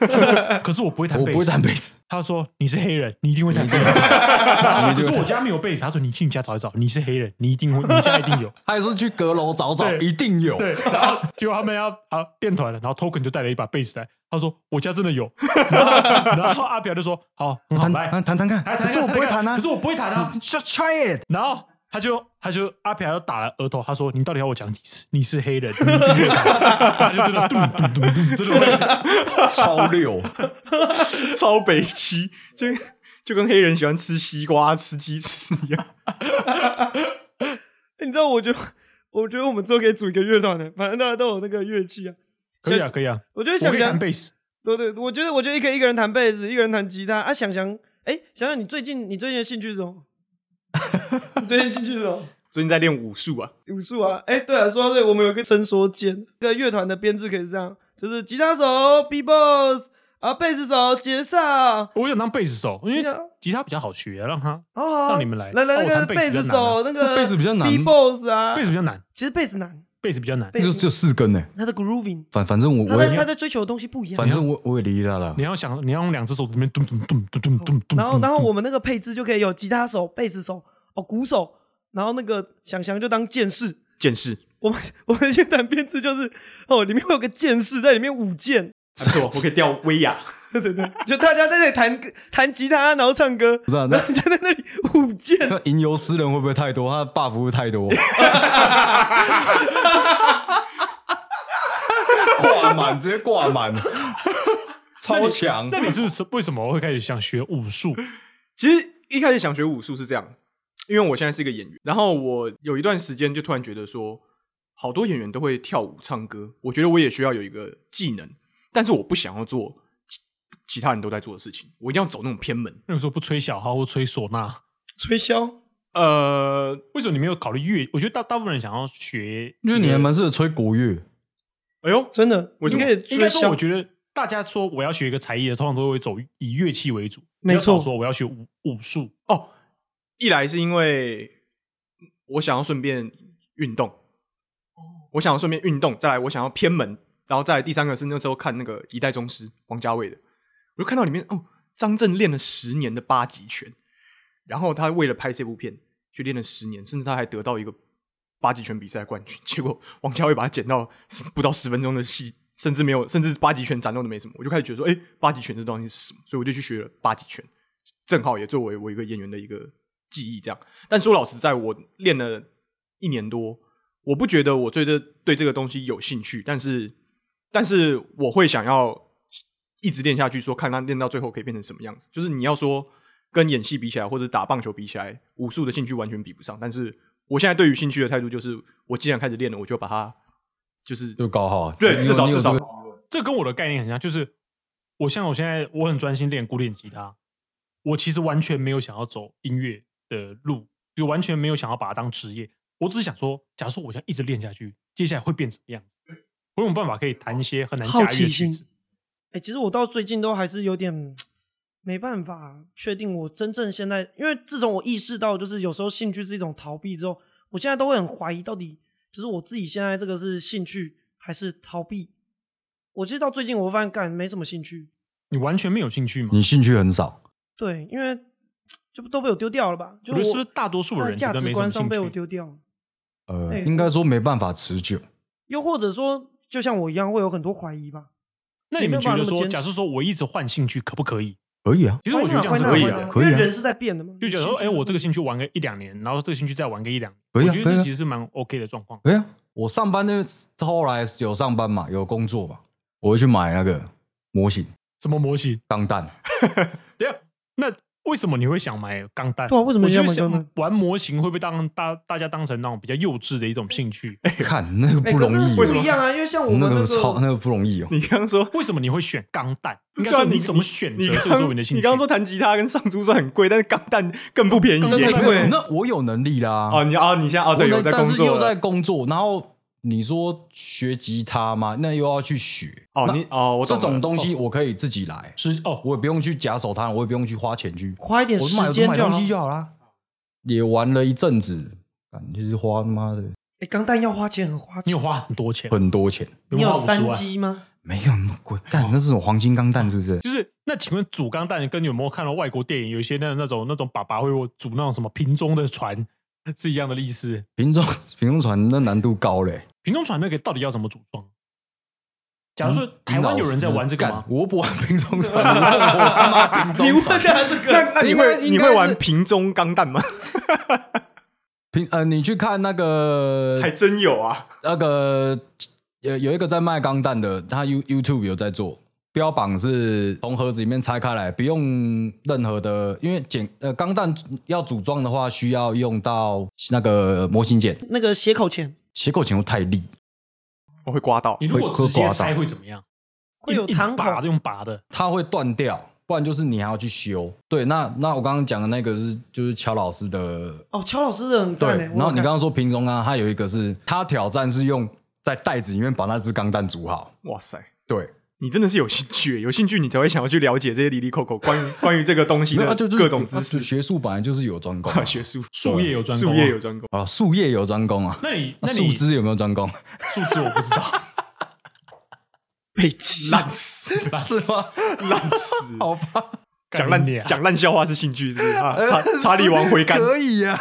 S2: 他说可是我不会弹
S1: 我
S2: 贝
S1: 不会
S2: 斯
S1: 弹。贝斯，
S2: 他说：“你是黑人，你一定会弹贝斯。” 然后他说可是我家没有贝斯。他说：“你去你家找一找，你是黑人，你一定会，你家一 定有。”
S1: 还说去阁楼找找，
S2: 对
S1: 一定有。
S2: 对， 然后结果他们要啊练团了，然后 Token 就带了一把贝斯来，他说我家真的有，然后 然后阿表就说好，很好，
S1: 弹
S2: 来，
S1: 弹弹弹看，
S2: 来
S1: 可是我不会弹啊
S2: 可是我不会弹啊，
S1: ，just try it。
S2: 然后。他就他就阿飘就打了额头，他说：“你到底要我讲几次？你是黑人，你一定会弹他就真的咚咚咚咚，真的会弹
S1: 超六，
S4: 超北西，就就跟黑人喜欢吃西瓜、吃鸡翅一样。
S3: 你知道，我觉得我觉得我们之后可以组一个乐团的，反正大家都有那个乐器啊。
S2: 可以啊，可 以啊，
S3: 我觉得
S2: 我
S3: 想
S2: 可以
S3: 想
S2: 弹，贝斯，
S3: 对对，我觉得我觉得一个一个人弹贝斯，一个人弹吉他啊。想想，哎，想想你最近你最近的兴趣是什 么？你最近兴趣是什么？
S4: 最近在练武术啊，
S3: 武术啊，哎、对啊，说到这个，我们有一个伸缩键，这个乐团的编制可以是这样，就是吉他手 B boss，啊，贝斯手杰萨，
S2: 我想当贝斯手，因为
S3: 你想
S2: 吉他比较好学，让他
S3: 好好，
S2: 让你们来
S3: 来
S2: 哦
S3: 来
S2: 我
S3: 那
S2: 弹
S3: 个
S2: 贝斯
S3: 贝
S2: 比较
S3: 斯
S2: 难啊
S3: 手，那个
S1: 哦贝斯比较难
S3: B boss 啊，
S2: 贝斯比较难，
S3: 其实贝斯难，
S2: 贝斯比较难。
S3: 贝
S1: 就
S3: 斯
S1: 就四根呢、
S3: 他的 grooving，
S1: 反反正我
S3: 他
S1: 我
S3: 在他
S1: 也
S3: 在追求的东西不一样
S1: 反。正我我也离他了
S2: 你。要想，你要用两只手这边咚咚咚咚咚咚咚，
S3: 然后然后我们那个配置就可以有吉他手、贝斯手、哦鼓手，然后那个想翔就当剑士。
S4: 剑士，
S3: 我们 我们乐团编制就是哦，里面会有个剑士在里面舞剑，
S4: 还不错，我可以钓威亚，
S3: 对对对，就大家在那里弹歌弹吉他，然后唱歌，
S1: 不是啊那
S3: 然后就在那里舞剑，
S1: 那吟游诗人会不会太多？他的 buff 会不会太多？ 挂满，直接挂满，超强
S2: 那。你是什为什么会开始想学武术？
S4: 其实一开始想学武术是这样，因为我现在是一个演员，然后我有一段时间就突然觉得说，好多演员都会跳舞唱歌，我觉得我也需要有一个技能，但是我不想要做其其他人都在做的事情，我一定要走那种偏门。
S2: 那个时候不吹小号或吹唢呐，
S3: 吹箫，
S4: 呃
S2: 为什么你没有考虑乐？我觉得大大部分人想要学，
S1: 因为你还蛮适合吹国乐，
S4: 哎呦，
S3: 真的，
S4: 为什
S3: 你
S4: 么
S3: 可以
S2: 应
S3: 吹
S2: 该说，
S3: 箫，
S2: 我觉得大家说我要学一个才艺的，通常都会走以乐器为主，
S3: 没
S2: 比较少
S3: 错
S2: 说我要学武武术，
S4: 哦，一来是因为我想要顺便运动，我想要顺便运动，再来我想要偏门，然后再来第三个是那时候看那个一代宗师王家卫的，我就看到里面哦，张震练了十年的八极拳，然后他为了拍这部片去练了十年，甚至他还得到一个八极拳比赛冠军， 结果王家卫把他剪到不到十分钟的戏。甚至没有，甚至八极拳展露的没什么，我就开始觉得说，哎、八极拳这东西是什么？所以我就去学了八极拳。正好也作为我一个演员的一个记忆这样。但说老实在，我练了一年多，我不觉得我对这对这个东西有兴趣，但是但是我会想要一直练下去，说看他练到最后可以变成什么样子。就是你要说跟演戏比起来，或者打棒球比起来，武术的兴趣完全比不上。但是我现在对于兴趣的态度就是，我既然开始练了，我就把它就是
S1: 就搞好。啊
S4: 对，
S1: 你有
S4: 至少
S1: 你有
S4: 至
S1: 这
S4: 少
S1: 个
S2: 这跟我的概念很像，就是我像我现在我很专心练古典吉他，我其实完全没有想要走音乐的路，就完全没有想要把它当职业。我只是想说，假如说我想一直练下去，接下来会变怎么样？我有没有办法可以弹一些很难驾
S3: 好
S2: 驭
S3: 奇
S2: 的曲
S3: 心
S2: 子。
S3: 哎、其实我到最近都还是有点没办法确定我真正现在，因为自从我意识到就是有时候兴趣是一种逃避之后，我现在都会很怀疑到底就是我自己现在这个是兴趣还是逃避。我其实到最近我会发现，干没什么兴趣，
S2: 你完全没有兴趣吗？
S1: 你兴趣很少，
S3: 对，因为就都被我丢掉了吧？就
S2: 我觉得是不是大多数
S3: 在
S2: 人觉
S3: 价
S2: 得
S3: 值
S2: 没什
S3: 观
S2: 么
S3: 上
S2: 兴
S3: 被我
S2: 趣？
S3: 丢掉了？
S1: 呃，
S3: 哎
S1: 应该说没办法持久。
S3: 又或者说，就像我一样，会有很多怀疑吧？
S2: 那
S3: 你
S2: 你们觉
S3: 没有办法
S2: 得
S3: 那么
S2: 说，
S3: 坚
S2: 假设
S3: 持
S2: 说我一直换兴趣，可不可以？
S1: 可以啊，
S2: 其实我觉得这样是
S4: 那
S2: 可以
S4: 那
S2: 的。
S1: 可以啊
S3: 因为人是在变的嘛。
S2: 就觉得说，
S3: 兴趣嗯
S2: 哎、
S3: 是
S2: 我这个
S3: 不
S2: 兴趣玩个一两年，然后这个兴趣再玩个一两年，
S1: 可以啊
S2: 我觉得
S1: 可以
S2: 这
S1: 啊
S2: 其实是蛮 OK 的状况。
S1: 可以啊。我上班那后来有上班嘛，有工作嘛，我会去买那个模型
S2: 什么模型？
S1: 钢弹。
S2: 对啊，那为什么你会想买钢弹？
S3: 对啊为什么
S2: 我
S3: 你
S2: 觉
S3: 要
S2: 得
S3: 买
S2: 想
S3: 钢弹
S2: 玩模型会被当大大家当成那种比较幼稚的一种兴趣？
S1: 看那个
S3: 哎
S1: 不容易
S3: 可是
S1: 哦，
S3: 不一样啊，因为像我们
S1: 那
S3: 那
S1: 个
S3: 个
S1: 超那个不容易哦。
S4: 你刚刚说。
S2: 为什么你会选钢弹？应该
S4: 对啊
S2: 说你怎么选择
S4: 你
S2: 这个
S4: 刚
S2: 作为你的兴趣？
S4: 你刚刚说弹吉他跟上珠算很贵，但是钢弹更不便宜耶，
S3: 真的
S1: 那
S3: 贵对
S1: 那我有能力啦。
S4: 哦，你啊，你现在啊，对，
S1: 我
S4: 有
S1: 能
S4: 在工
S1: 但是
S4: 作
S1: 又
S4: 了
S1: 在工作，然后你说学吉他嘛，那又要去学。
S4: 哦，
S1: 那
S4: 你哦，我
S1: 这
S4: 懂
S1: 种
S4: 了
S1: 东西我可以自己来，
S2: 是哦，
S1: 我也不用去假手摊，我也不用去花钱
S4: 哦
S1: 去，
S3: 花一点
S1: 我
S3: 时
S1: 买
S3: 间
S1: 买
S3: 就好
S1: 东。西就好啦。也玩了一阵子，感觉是花他妈的
S3: 哎，钢弹要花钱，很花
S2: 你
S3: 钱
S2: 有。花很多钱，
S1: 很多钱，
S2: 有没
S3: 你有
S2: 有花五十
S3: 三
S1: 啊
S2: 万。
S3: G 吗？
S1: 没有那么贵。干，那是种黄金钢弹是不是？
S2: 就是那，请问煮钢弹跟你有没有看到外国电影有一些那那种那种爸爸会煮那种什么瓶中的船是一样的意思？
S1: 瓶 中瓶中船那难度高嘞。
S2: 瓶中船那个到底要怎么组装？假如说
S1: 嗯
S2: 台湾有人在玩这个吗？
S1: 干我不玩瓶中船，你 问我他妈瓶
S3: 你
S1: 中
S3: 问
S1: 船。
S3: 他这个，
S4: 那那你
S1: 应该
S4: 会你
S1: 应该
S4: 会
S1: 是
S4: 玩瓶中钢弹吗？
S1: 瓶呃，你去看那个
S4: 还真有啊！
S1: 那个有有一个在卖钢弹的，他 You YouTube 有在做，标榜是从盒子里面拆开来，不用任何的，因为剪呃钢弹要组装的话，需要用到那个模型剪，
S3: 那个斜口钳，
S1: 斜口钳又太利，
S4: 我会刮到
S2: 你。如果
S1: 会
S2: 直接
S1: 刮到
S2: 拆会怎么样？
S3: 会有
S2: 一一
S3: 堂
S2: 拔
S3: 口
S2: 的，用拔的，
S1: 它会断掉，不然就是你还要去修。对，那那我刚刚讲的那个是就是乔老师的
S3: 哦，乔老师的很
S1: 对
S3: 赞，欸
S1: 然后你
S3: 我有看
S1: 刚刚说瓶中啊，它有一个是它挑战是用在袋子里面把那只钢弹煮好，
S4: 哇塞，
S1: 对，
S4: 你真的是有兴趣，有兴趣你才会想要去了解这些里里扣 扣关于关于这个东西
S1: 没
S4: 的
S1: 有啊就就是
S4: 各种知
S1: 啊
S4: 识。
S1: 学术本来就是有专攻啊
S4: 学术
S2: 术业有专攻啊
S4: 术业有专攻。
S1: 啊，术业有专攻啊，
S2: 那你
S1: 那
S2: 那
S1: 树
S2: 你
S1: 枝有没有专攻？
S2: 树枝我不知道，
S3: 北极，
S4: 烂死，
S2: 但
S1: 是吗？
S4: 烂死！
S1: 好吧，
S4: 讲
S2: 干你啊
S4: 烂讲烂笑话是兴趣，是不 是啊？查查理王回甘，
S1: 可以啊。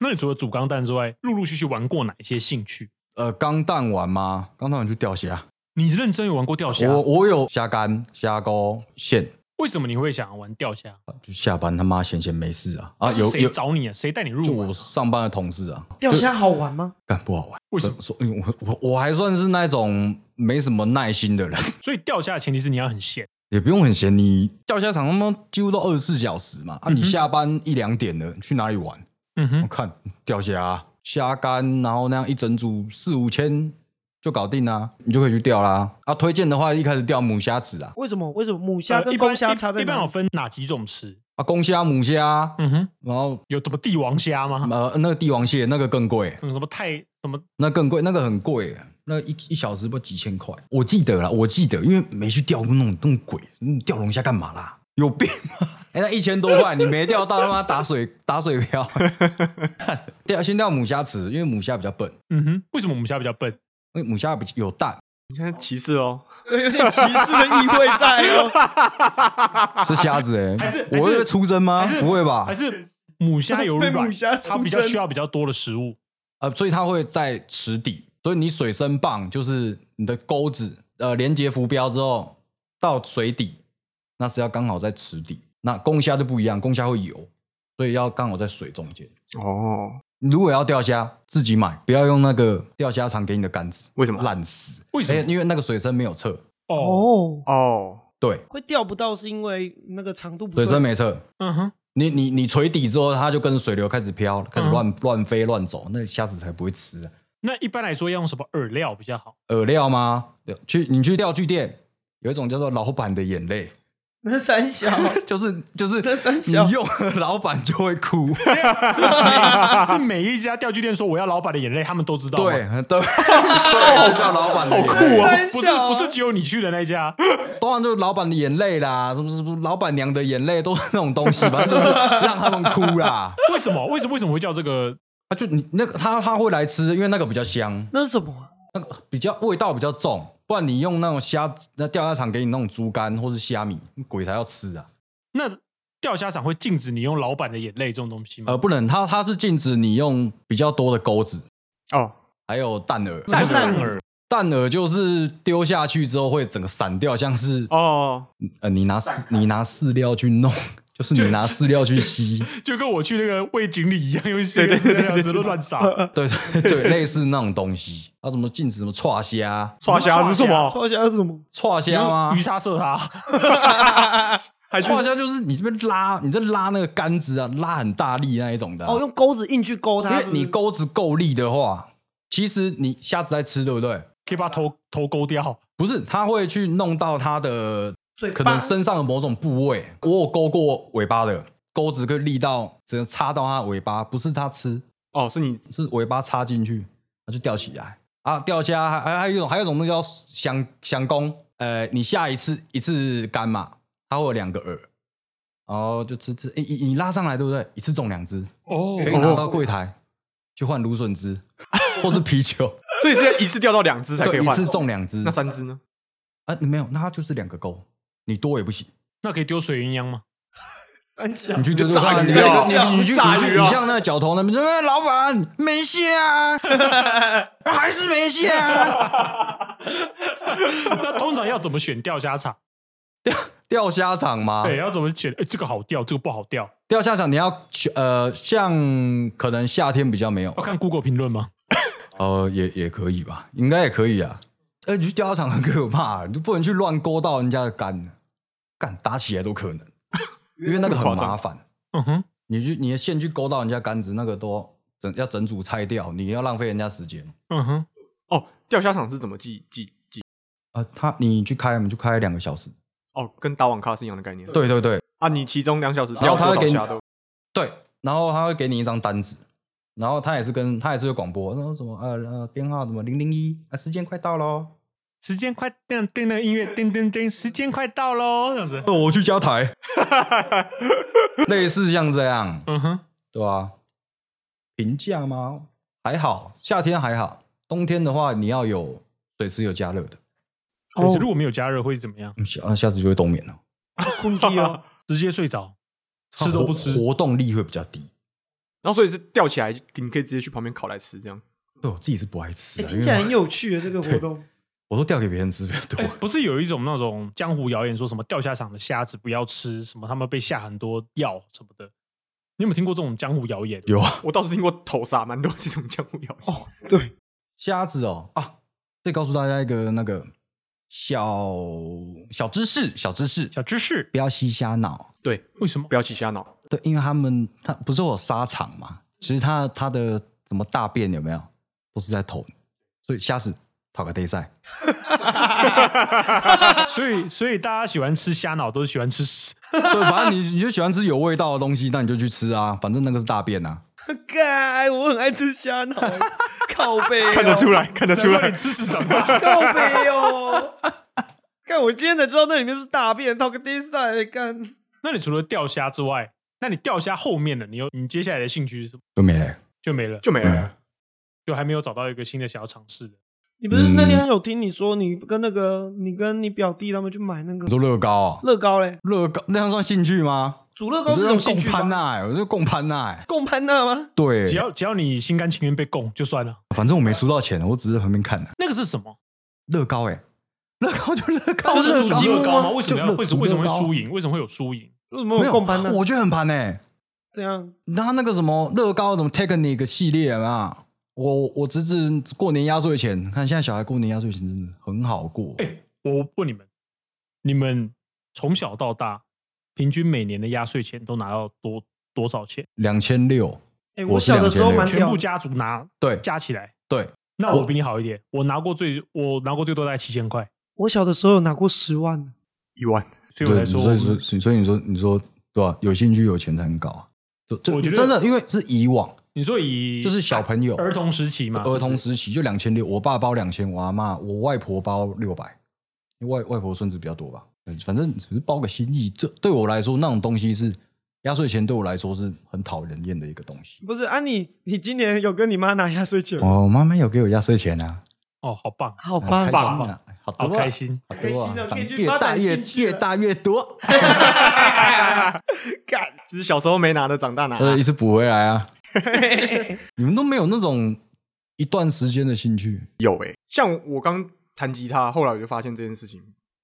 S2: 那你除了煮钢蛋之外，陆陆续续玩过哪些兴趣？
S1: 呃，钢弹玩吗？钢弹玩就钓虾，
S2: 你认真有玩过钓虾？
S1: 我我有虾竿、虾钩、线，
S2: 为什么你会想要玩钓虾？
S1: 就下班他妈闲闲没事啊啊，
S2: 是
S1: 有
S2: 谁
S1: 有
S2: 找你啊？谁带你
S1: 就
S2: 入门
S1: 我
S2: 啊？
S1: 上班的同事啊，
S3: 钓虾好玩吗？
S1: 干不好玩。
S2: 为什么？
S1: 说，因为我我我还算是那种没什么耐心的人，
S2: 所以钓虾的前提是你要很闲。
S1: 也不用很闲。你钓虾场他妈几乎都二十四小时嘛，啊，你下班一两点了，去哪里玩？
S2: 嗯
S1: 我
S2: 哼，
S1: 看钓虾啊、虾干，然后那样一整组四五千就搞定啦、你就可以去钓啦。啊，推荐的话，一开始钓母虾子啊，
S3: 为什么？为什么母虾
S2: 呃
S3: 跟
S2: 一般
S3: 公虾差在
S2: 一般
S3: 哪
S2: 有
S3: 里？
S2: 分哪几种吃？
S1: 啊，公虾、母虾，
S2: 嗯哼，
S1: 然后
S2: 有什么帝王虾吗？
S1: 呃，那个帝王蟹那个更贵，
S2: 有什么太什么？
S1: 那更贵，那个很贵，那一一小时不知道几千块，我记得啦，我记得，因为没去钓过那种那种鬼，你钓龙虾干嘛啦？有病吗？ 哎、那一千多块你没钓到，他妈打水打水漂。 钓先钓母虾池，因为母虾比较笨，
S2: 嗯哼，为什么我们虾比较笨？
S1: 因为母虾比有蛋，
S4: 你现在歧视哦。
S3: 有点歧视的意味在 哦。
S1: 是瞎子哎、
S2: 还是
S1: 我
S2: 还
S1: 会
S2: 是
S1: 被出征吗
S2: 还？是
S1: 不会吧
S2: 还？是母虾有
S3: 被
S2: 卵？
S3: 母虾出
S2: 它比较
S3: 征
S2: 需要比较多的食物。
S1: 呃，所以它会在池底，所以你水深棒就是你的钩子，呃，连接浮标之后到水底，那是要刚好在池底。那公虾就不一样，公虾会游，所以要刚好在水中间。
S4: 哦，
S1: 如果要钓虾，自己买，不要用那个钓虾场给你的杆子，
S4: 为什么
S1: 烂死？
S2: 为什么
S1: 哎因为那个水深没有测，
S2: 哦，
S3: 哦，
S4: 哦，
S1: 对，
S3: 会钓不到是因为那个长度不
S1: 水
S3: 对
S1: 深。没测。
S2: 嗯哼，
S1: 你你你垂底之后，它就跟水流开始飘，开始
S2: 嗯
S1: 乱、乱飞乱走，那虾子才不会吃、啊。
S2: 那一般来说要用什么饵料比较好？
S1: 饵呃料吗？对去你去钓具店，有一种叫做老板的眼泪，
S3: 那三小，
S1: 就是就是
S3: 那三
S1: 你
S3: 小
S1: 用了 老板就会 哭，
S2: 是每是每一家钓具店说我要老板的眼泪，他们都知道吗。
S1: 对对对，就叫老板的眼泪，
S4: 好酷哦
S3: 三
S2: 不是
S3: 小
S2: 不是只有你去的那一家，
S1: 当然就是老板的眼泪啦，什么什么老板娘的眼泪都是那种东西，反正就是让他们哭啦。
S2: 为什么？为什么为什么会叫这个？
S1: 啊，就你那个他他会来吃，因为那个比较香，
S3: 那是什么啊？
S1: 那个比较味道比较重，不然你用那种虾那钓虾场给你那种猪肝或是虾米，鬼才要吃啊。
S2: 那钓虾场会禁止你用老板的眼泪这种东西吗？
S1: 呃，不能，它它是禁止你用比较多的钩子，
S4: 哦，
S1: 还有蛋饵，
S2: 什么
S3: 蛋
S2: 是
S3: 蛋
S2: 饵？
S1: 蛋饵就是丢下去之后会整个散掉，像是
S4: 哦，
S1: 呃，你拿饲你拿饲料去弄，就是你拿饲料去吸，
S2: 就跟我去那个味锦里一样，用
S4: 对对对对对
S2: 只都乱撒。
S1: 对对对，类似那种东西。啊，什么禁止什么串虾，
S4: 刷虾是什么？
S3: 超虾是什么？
S1: 串
S2: 你
S1: 虾吗
S2: 用鱼？叉射它，
S4: 还是
S1: 串虾就是你这边拉，你在拉那个杆子啊，拉很大力那一种的啊、
S3: 哦，用钩子硬去勾
S1: 因
S3: 它，
S1: 为
S3: 是不是
S1: 你钩子够力的话，其实你虾子在吃，对不对？
S2: 可以把头头勾掉。
S1: 不是，它会去弄到它的
S3: 嘴
S1: 可
S3: 巴
S1: 能身上的某种部位。我有勾过尾巴的，钩子可以力到，只能插到它的尾巴，不是它吃，
S4: 哦，是你
S1: 是尾巴插进去，它就钓起来。啊，钓虾还还还有一种还有一种东西叫响响弓，呃，你下一次一次竿嘛，它会有两个饵，然后就吃吃，诶你你拉上来对不对？一次中两只，
S2: 哦
S1: 可以拿到柜台去换芦笋汁或是啤酒，
S4: 所以是要一次钓到两只才可以
S1: 对，一
S4: 换
S1: 次，中两只
S4: 那，三只呢？
S1: 啊，没有，那它就是两个钩，你多也不行。
S2: 那可以丢水鸳鸯 吗？
S3: 三小
S1: 你，去丢丢
S4: 炸
S1: 看
S4: 鱼
S1: 你那
S4: 啊
S1: 个你你去
S4: 炸
S1: 你去
S4: 鱼啊
S1: 你像那个角头那边说，哎老板没蟹 啊，还是没蟹啊。
S2: 那通常要怎么选钓虾场？
S1: 钓虾场吗？
S2: 对，，要怎么选？哎，这个好钓，这个不好钓，
S1: 钓虾场你要去呃，像可能夏天比较没有
S2: 要，看 Google 评论吗？
S1: 呃，也也可以吧，应该也可以啊。呃，你去钓虾场很可怕，你就不能去乱勾到人家的竿，干打起来都 可能，因为那个很麻烦。
S2: 嗯哼，
S1: 你去你的线去勾到人家杆子，那个都整要整组拆掉，你要浪费人家时间
S2: 嗯哼，
S4: 哦，钓虾场是怎么计计计？
S1: 啊。他你去开，我们就开两个小时。
S4: 哦，跟打网咖是一样的概念。
S1: 对对对
S4: 啊，你其中两小时
S1: 然
S4: 钓
S1: 后他
S4: 多
S1: 会
S4: 少
S1: 给你
S4: 虾都？
S1: 对，然后他会给你一张单子，然后他也是跟他也是有广播，然后什么呃呃编号什么零零一啊，时间快到喽。
S2: 时间快，那样叮的音乐，叮叮叮，时间快到喽，这样子。
S1: 哦，我去交 台， 类似像这样，
S2: 嗯哼，
S1: 对吧、平价吗？还好，夏天还好，冬天的话你要有水池有加热的，哦
S2: 所以是如果没有加热会怎么样？
S1: 嗯下下次就会冬眠了，
S3: 困机 哦，
S2: 直接睡着，吃都不吃。
S1: 活活动力会比较低。
S4: 然后所以是钓起来，你可以直接去旁边烤来吃，这样。
S1: 对我自己是不爱吃、
S3: 哎，
S1: 啊，
S3: 听起来
S1: 因
S3: 很
S1: 为
S3: 有趣啊，这个活动。
S1: 我都掉给别人吃比较多。
S2: 哎，不是有一种那种江湖谣言，说什么钓虾场的虾子不要吃，什么他们被下很多药什么的。你有没有听过这种江湖谣言？
S1: 有啊，
S4: 我倒是听过头撒蛮多这种江湖谣
S1: 哦
S4: 言。
S3: 对，
S1: 虾子哦啊，再告诉大家一个那个小小知识，小知识，
S2: 小知识，
S1: 不要吸虾脑。
S4: 对，
S2: 为什么
S4: 不？要起瞎脑。
S1: 对，因为他们他不是有沙场嘛，其实他他的什么大便有没有都是在捅，所以虾子讨个比 赛，
S2: 所以所以大家喜欢吃虾脑，都是喜欢吃屎。
S1: 对，反正你你就喜欢吃有味道的东西，那你就去吃啊，反正那个是大便啊。
S3: 干，我很爱吃虾 脑，靠背哦，
S4: 看得出来， 看得出
S2: 难怪
S4: 来
S2: 你。吃屎长 大。
S3: 靠背哦。看，我今天才知道那里面是大便，套个 d e s 干，
S2: 那你除了钓虾之外，那你钓虾后面的，你有你接下来的兴趣是什么？
S1: 就没了，
S2: 就没了，
S4: 就没了。
S2: 就还没有找到一个新的想要尝试的。
S3: 你不是那天有听你说你跟那个你跟你表弟他们去买那个
S1: 你说乐高、哦，
S3: 乐高嘞？
S1: 乐高那样算兴趣吗？
S3: 煮乐
S1: 我
S3: 高
S1: 就是是
S3: 种
S1: 共
S3: 兴趣
S1: 攀
S3: 吧？
S1: 呐、欸，我就共攀呐、欸。
S3: 共攀那吗？
S1: 对，
S2: 只要只要你心甘情愿被供就算了。
S1: 反正我没输到钱，我只是在旁边看的、啊
S2: 那个是什么？
S1: 乐高哎、乐高就乐高，
S2: 就是主机乐高吗？为什么
S1: 就
S2: 要
S1: 乐
S2: 为什么为什么
S1: 乐
S2: 会
S1: 高
S2: 输赢？为什么会有啊输赢？
S3: 为什么
S1: 没
S3: 有
S1: 有
S3: 共攀呢？
S1: 我觉得很盘哎、欸。
S3: 这样
S1: 他那个什么乐高什么 Technic 系列啊，我我侄子过年压岁钱，看现在小孩过年压岁钱真的很好过。
S2: 哎、我问你们，你们从小到大平均每年的压岁钱都拿到多多少钱？
S1: 两千六，
S3: 哎、
S1: 我
S3: 我
S1: 是
S3: 小的时候
S1: 2600
S3: 蛮
S2: 全
S3: 屌
S2: 部，家族拿
S1: 对
S2: 加起来。
S1: 对，
S2: 那我比你好一点，我拿过最我拿过最多大概七千块，
S3: 我小的时候有拿过十万，
S4: 一万，
S2: 所以我才说
S1: 所
S2: 我
S1: 以说
S2: 们
S1: 所以你说你说对吧、有兴趣有钱才能搞啊。就就
S2: 我觉得
S1: 真的，因为是以往
S2: 你说以
S1: 就是小朋友
S2: 儿童时期
S1: 儿
S2: 嘛，啊是
S1: 童
S2: 不是
S1: 时期就两千六，我爸包两千，我阿妈我外婆包六百，因为外外婆孙子比较多吧，嗯反正只是包个心意。对对我来说，那种东西是压岁钱，对我来说是很讨人厌的一个东西。哦
S3: 不是啊你？你今年有跟你妈拿压岁钱吗？
S1: 我妈妈有给我压岁钱啊，
S2: 哦，好棒，
S3: 好
S1: 很
S3: 棒，
S1: 开心啊，好
S2: 好
S1: 多啊
S2: 开，心。
S1: 好多
S3: 开心
S1: 啊，
S3: 啊可
S1: 长
S3: 以去
S1: 越
S3: 发
S1: 大
S3: 展
S1: 越
S3: 兴趣
S1: 越
S3: 了
S1: 大越多，
S3: 干！
S4: 只是小时候没拿的，长大拿。
S1: 呃，一次补回来啊。 你们都没有那种一段时间的兴趣，
S4: 有诶、像我刚弹吉他，后来我就发现这件事情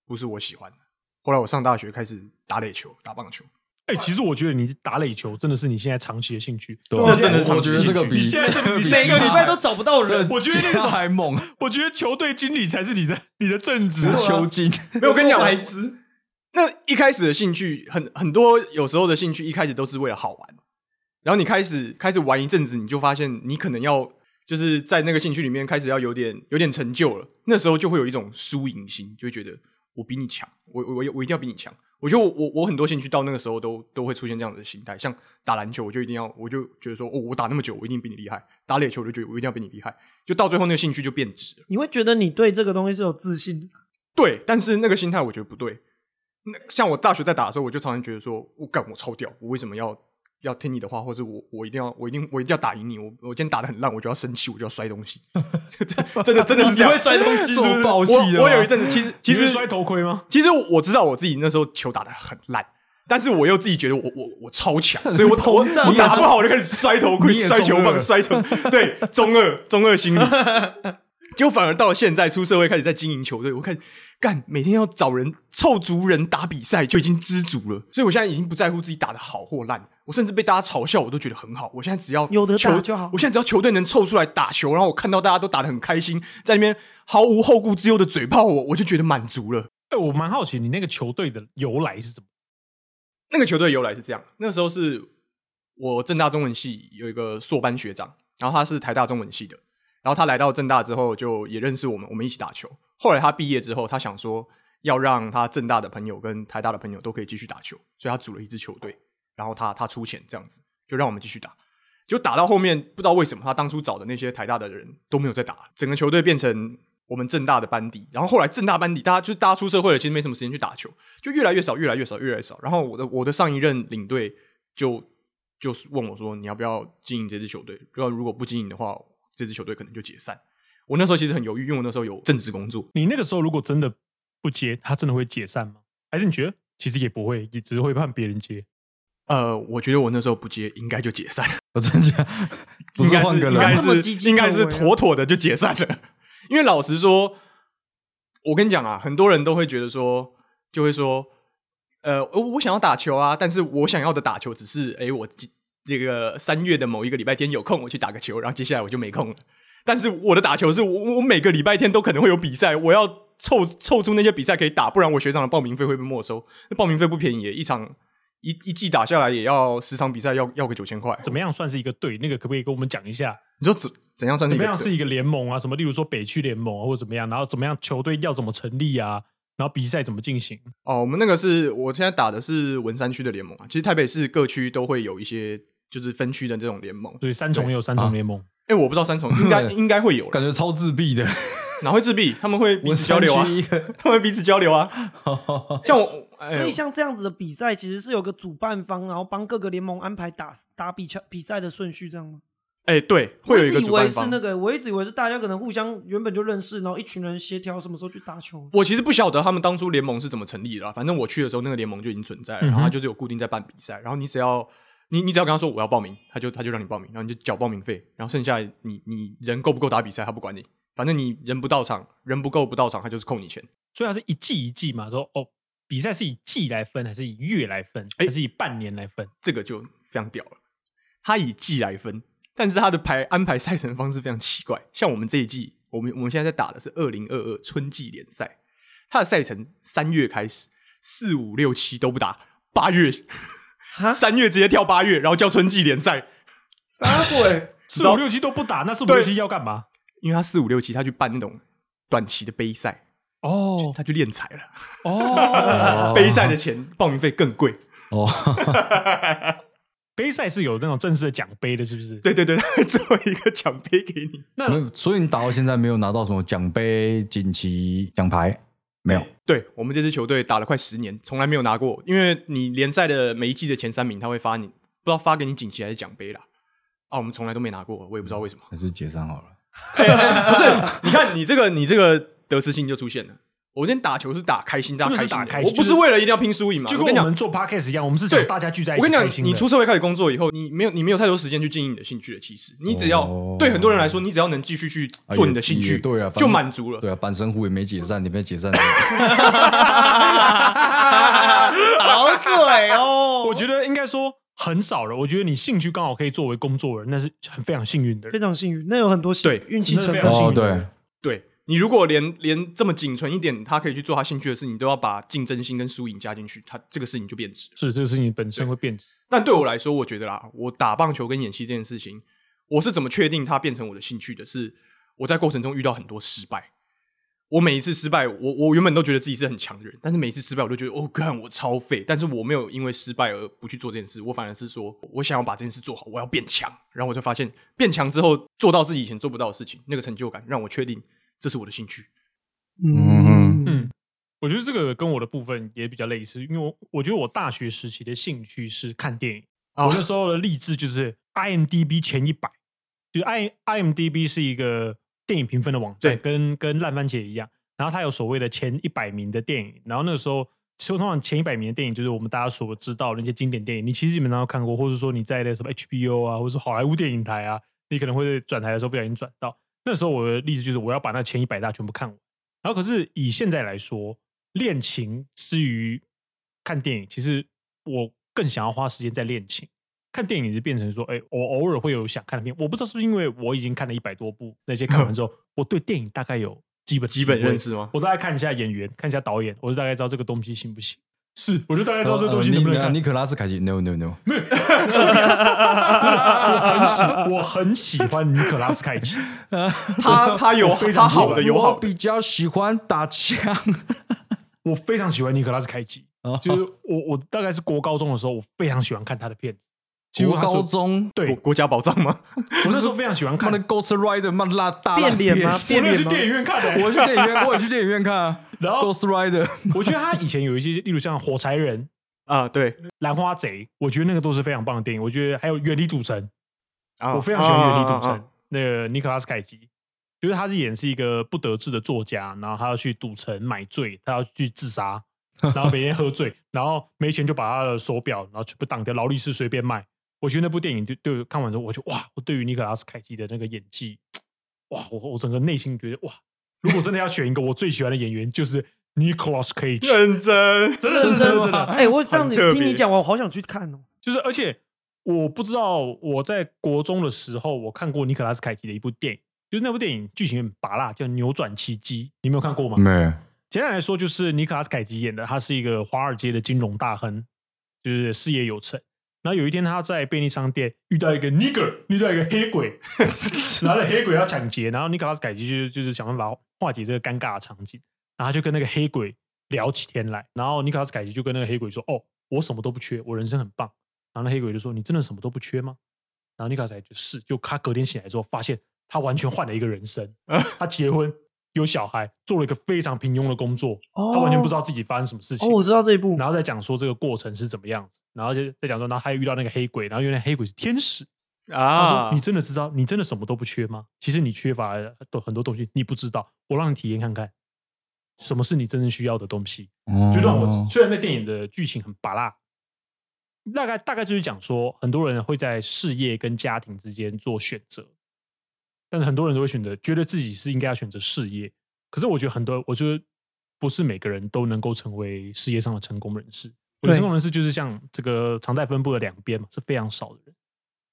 S4: 不是我喜欢的。后来我上大学开始打垒球、打棒球，
S2: 哎、其实我觉得你打垒球真的是你现在长期的兴趣，
S1: 对
S4: 那啊真的是
S1: 我
S4: 长
S1: 觉得这
S4: 期的兴趣
S1: 个比
S2: 你现在这个比
S3: 每个礼拜都找不到
S1: 这
S3: 人，
S2: 我觉得那个
S1: 这还猛，
S2: 我觉得球队经理才是你的你的正职啊
S1: 足球经。
S4: 没有我跟你讲，
S3: 白痴，
S4: 那一开始的兴趣很很多，有时候的兴趣一开始都是为了好玩，然后你开始开始玩一阵子，你就发现你可能要就是在那个兴趣里面开始要有点有点成就了，那时候就会有一种输赢心，就会觉得我比你强，我我我我一定要比你强。我觉得我我我很多兴趣到那个时候都都会出现这样子的心态，像打篮球，我就一定要，我就觉得说，哦，我打那么久，我一定比你厉害；打垒球，我就觉得我一定要比你厉害。就到最后，那个兴趣就变质了。
S3: 你会觉得你对这个东西是有自信的。
S4: 对，但是那个心态我觉得不对。那像我大学在打的时候，我就常常觉得说，我干我超屌，我为什么要要听你的话，或者我我一定要我一定我一定要打赢你，我我今天打的很烂，我就要生气，我就要摔东西，真的真的是这样。
S3: 摔东西
S1: 做爆戏的吗
S4: 我我有一阵子，其实其
S2: 你
S4: 实
S2: 是摔头盔吗？
S4: 其实我知道我自己那时候球打的很烂，但是我又自己觉得我我我超强，所以我我
S1: 胀
S4: 我打不好我就开始摔头盔、
S1: 你也
S4: 摔球
S1: 中二
S4: 棒、摔球，对，中二中二心理。就反而到了现在出社会开始在经营球队，我看干每天要找人凑足人打比赛就已经知足了，所以我现在已经不在乎自己打的好或烂，我甚至被大家嘲笑我都觉得很好。我现在只要
S3: 有得打
S4: 球
S3: 就好
S4: 我现在只要球队能凑出来打球，然后我看到大家都打得很开心，在那边毫无后顾之忧的嘴炮我，我就觉得满足了。
S2: 哎、我蛮好奇你那个球队的由来是怎么？
S4: 那个球队由来是这样，那时候是我正大中文系有一个硕班学长，然后他是台大中文系的，然后他来到正大之后就也认识我们，我们一起打球。后来他毕业之后，他想说要让他正大的朋友跟台大的朋友都可以继续打球，所以他组了一支球队，然后他他出钱这样子，就让我们继续打。就打到后面，不知道为什么他当初找的那些台大的人都没有再打了，整个球队变成我们正大的班底。然后后来正大班底，大家就是大家出社会了，其实没什么时间去打球，就越来越少，越来越少，越来越少。然后我的我的上一任领队就就是问我说：“你要不要经营这支球队？要如果不经营的话，这支球队可能就解散。”我那时候其实很犹豫，因为我那时候有正职工作，
S2: 你那个时候如果真的不接，他真的会解散吗？还是你觉得其实也不会，也只是会判别人接？
S4: 呃，我觉得我那时候不接，应该就解散了。
S1: 我真的不
S4: 应
S1: 是
S4: 该
S1: 换
S4: 是
S1: 个
S4: 应该
S1: 人，
S3: 这么积
S4: 是
S3: 极
S4: 应该是
S3: 氛围啊
S4: 妥妥的就解散了。因为老实说，我跟你讲啊，很多人都会觉得说，就会说，呃，我我想要打球啊，但是我想要的打球只是，诶，我今这个三月的某一个礼拜天有空，我去打个球，然后接下来我就没空了。但是我的打球是我我每个礼拜天都可能会有比赛，我要凑凑出那些比赛可以打，不然我学长的报名费会被没收。那报名费不便宜耶，一场一一季打下来也要十场比赛要要个九千块。
S2: 怎么样算是一个队？那个可不可以跟我们讲一下？
S4: 你说怎怎样算
S2: 怎
S4: 是一
S2: 么
S4: 个
S2: 样
S4: 队
S2: 是一个联盟啊？什么？例如说北区联盟、啊、或者怎么样？然后怎么样球队要怎么成立啊？然后比赛怎么进行？
S4: 哦，我们那个是我现在打的是文山区的联盟啊。其实台北市各区都会有一些就是分区的这种联盟。
S2: 所以三重也有三重联盟，
S4: 哎、我不知道三重应该应该会有啦，
S1: 感觉超自闭的。
S4: 哪会自闭？他们会彼
S1: 我
S4: 此交流啊
S1: 山，区一 哦个，
S4: 他们会彼此交流啊。像我，哎、
S3: 所以像这样子的比赛，其实是有个主办方，然后帮各个联盟安排打打比赛比赛的顺序，这样吗？
S4: 哎、对，会有一
S3: 我
S4: 个
S3: 直以
S4: 主办
S3: 为是
S4: 方。
S3: 那个，我一直以为是大家可能互相原本就认识，然后一群人协调什么时候去打球。
S4: 我其实不晓得他们当初联盟是怎么成立的啦，反正我去的时候，那个联盟就已经存在了，
S2: 嗯哼
S4: 然后他就是有固定在办比赛，然后你只要你你只要跟他说我要报名，他就他就让你报名，然后你就缴报名费，然后剩下你你人够不够打比赛，他不管你，反正你人不到场，人不够不到场，他就是扣你钱。
S2: 所以它是一季一季嘛？说哦，比赛是以季来分，还是以月来分，还是以半年来分？
S4: 这个就非常屌了。他以季来分，但是他的排安排赛程的方式非常奇怪。像我们这一季，我们我们现在在打的是二零二二春季联赛，他的赛程三月开始，四五六七都不打，八月
S3: 哈
S4: 三月直接跳八月，然后叫春季联赛。
S3: 啥鬼？
S2: 四五六七都不打，那四五六七要干嘛？
S4: 因为他四五六七，他去办那种短期的杯赛，
S2: 哦
S4: 他去练财了。
S2: 哦，
S4: 杯赛的钱报名费更贵。
S1: 哦，
S2: 杯赛是有那种正式的奖杯的，是不是？
S4: 对对对，最后一个奖杯给你。
S1: 没有所以你打到现在没有拿到什么奖杯、锦旗、奖牌，没有。
S4: 对我们这支球队打了快十年，从来没有拿过，因为你联赛的每一季的前三名，他会发你不知道发给你锦旗还是奖杯啦。啊，我们从来都没拿过，我也不知道为什么。
S1: 还是解散好了。
S4: 不是，你看你这个你这个得失心就出现了。我今天打球是打开心，大家
S2: 真的是
S4: 开心
S2: 打
S4: 的，
S2: 开心
S4: 我不是
S2: 就是
S4: 为了一定要拼输赢嘛。
S2: 就
S4: 我跟
S2: 跟
S4: 你
S2: 我
S4: 讲，
S2: 们做 podcast 一样，我们是想
S4: 对
S2: 大家聚在一
S4: 我
S2: 起
S4: 跟你
S2: 开
S4: 讲，
S2: 心
S4: 你
S2: 的。
S4: 出社会开始工作以后，你没有你没有太多时间去经营你的兴趣了。其实你只要、
S1: 哦
S4: 对很多人来说，你只要能继续去
S1: 啊
S4: 做
S1: 也
S4: 你的兴趣，
S1: 也对啊反正
S4: 就满足了。
S1: 对啊，板神虎也没解散，你被解散了。
S3: 好嘴哦！
S2: 我觉得应该说很少了。我觉得你兴趣刚好可以作为工作人，那是很非常幸运的
S3: 非。常幸运，那有很多幸
S4: 对
S3: 运嗯气
S2: 那是
S3: 成
S2: 非
S3: 分
S2: 常。幸
S1: 哦，
S2: 运
S1: 对
S2: 的，
S4: 对你如果连连这么仅存一点，他可以去做他兴趣的事情，你都要把竞争性跟输赢加进去，他这个事情就变质了。
S2: 是这个事情本身会变质。
S4: 但对我来说，我觉得啦，我打棒球跟演戏这件事情，我是怎么确定它变成我的兴趣的是？我在过程中遇到很多失败，我每一次失败，我我原本都觉得自己是很强的人，但是每一次失败，我都觉得哦，干我超废，但是我没有因为失败而不去做这件事，我反而是说我想要把这件事做好，我要变强，然后我就发现变强之后做到自己以前做不到的事情，那个成就感让我确定这是我的兴趣。
S1: 嗯
S3: 嗯
S2: 嗯，我觉得这个跟我的部分也比较类似，因为我我觉得我大学时期的兴趣是看电影，
S4: 哦
S2: 我那时候的励志就是 IMDB 前一百，就是 I IMDB 是一个电影评分的网站，
S4: 对
S2: 跟跟烂番茄一样，然后它有所谓的前一百名的电影，然后那个时候。通常前一百名的电影就是我们大家所知道的那些经典电影，你其实基本上都看过，或者说你在那什么 HBO 啊，或者是好莱坞电影台啊，你可能会转台的时候不小心转到。那时候我的例子就是我要把那前一百大全部看完。然后可是以现在来说，练琴之于看电影，其实我更想要花时间在练琴。看电影就变成说，哎、我偶尔会有想看的片，我不知道是不是因为我已经看了一百多部，那些看 完之后，我对电影大概有基本
S4: 基本
S2: 体会
S4: 认识吗
S2: 我大概看一下演员，看一下导演，我就大概知道这个东西行不行。是，我就大概知
S4: 哦
S2: 道这东西
S1: 呃
S2: 能不能
S1: 尼
S2: 看。
S1: 尼可拉斯凯奇，no no no，
S2: 我很喜，我很喜欢尼可拉斯凯奇，
S4: 他他有他好的有
S1: 我
S4: 好的，
S1: 比较喜欢打枪。
S2: 我非常喜欢尼可拉斯凯奇。
S1: 哦
S2: 就是我我大概是国高中的时候，我非常喜欢看他的片子。几乎
S1: 国
S2: 他所
S1: 高中，
S2: 对
S4: 国，国家宝藏吗？
S2: 我那时候非常喜欢
S1: 他
S2: 看
S1: 妈的 Ghost Rider，妈的辣大烂
S3: 变脸
S1: 片
S3: 吗？
S2: 我
S3: 变
S2: 那
S3: 脸
S2: 去
S3: 吗？
S2: 电影院看的、
S1: 我去电影院，我也去电影院看啊。
S2: 然后
S1: Ghost Rider，
S2: 我觉得他以前有一些，例如像《火柴人》《
S4: 啊，对
S2: 兰花贼》，我觉得那个都是非常棒的电影。我觉得还有《远离赌城》，
S4: 啊，
S2: 我非常喜欢《远离
S4: 啊
S2: 赌城》
S4: 啊啊
S2: 那个尼可拉斯凯奇，就是他是演是一个不得志的作家，然后他要去赌城买醉，他要去自 杀，然后每天喝醉，然后没钱就把他的手表然后全部当掉，劳力士随便卖。我觉得那部电影就对我看完之后，我就哇，我对于尼可拉斯凯奇的那个演技，哇，我我整个内心觉得哇，如果真的要选一个我最喜欢的演员，就是尼 o l a s Cage，
S4: 认真，
S2: 真的真的真的真的，
S3: 哎，我这样
S4: 很
S3: 子
S4: 特
S3: 听你
S4: 别
S3: 讲完，我好想去看哦。
S2: 就是而且我不知道我在国中的时候，我看过尼可拉斯凯奇的一部电影，就是那部电影剧情很拔辣，叫《扭转奇迹》，你没有看过吗？
S1: 没
S2: 简单来说，就是尼可拉斯凯奇演的，他是一个华尔街的金融大亨，就是事业有成。然后有一天，他在便利商店遇到一个 nigger，遇到一个黑鬼， 然后那黑鬼要抢劫，然后尼可拉斯凯奇就是就是想办法化解这个尴尬的场景。然后他就跟那个黑鬼聊起天来，然后尼可拉斯凯奇就跟那个黑鬼说：“哦，我什么都不缺，我人生很棒。”然后那黑鬼就说：“你真的什么都不缺吗？”然后尼可拉斯凯奇就是，就他隔天醒来之后，发现他完全换了一个人生，
S3: 嗯
S2: 他结婚有小孩，做了一个非常平庸的工作，
S3: 哦
S2: 他完全不知道自己发生什么事
S3: 哦，
S2: 情。
S3: 我知道这一部，
S2: 然后再讲说这个过程是怎么样子，然后就再讲说，然后他又遇到那个黑鬼，然后因为那黑鬼是天使，他说
S4: 啊：“
S2: 你真的知道，你真的什么都不缺吗？其实你缺乏的呃很多东西，你不知道。我让你体验看看，什么是你真正需要的东西。”
S1: 有
S2: 就让
S1: 哦
S3: 哦
S2: 我虽然那电影的剧情很拔辣，大概大概就是讲说，很多人会在事业跟家庭之间做选择，但是很多人都会选择，觉得自己是应该要选择事业。可是我觉得很多，我觉得不是每个人都能够成为事业上的成功人士。我觉得
S3: 对
S2: 成功人士就是像这个常态分布的两边嘛，是非常少的人。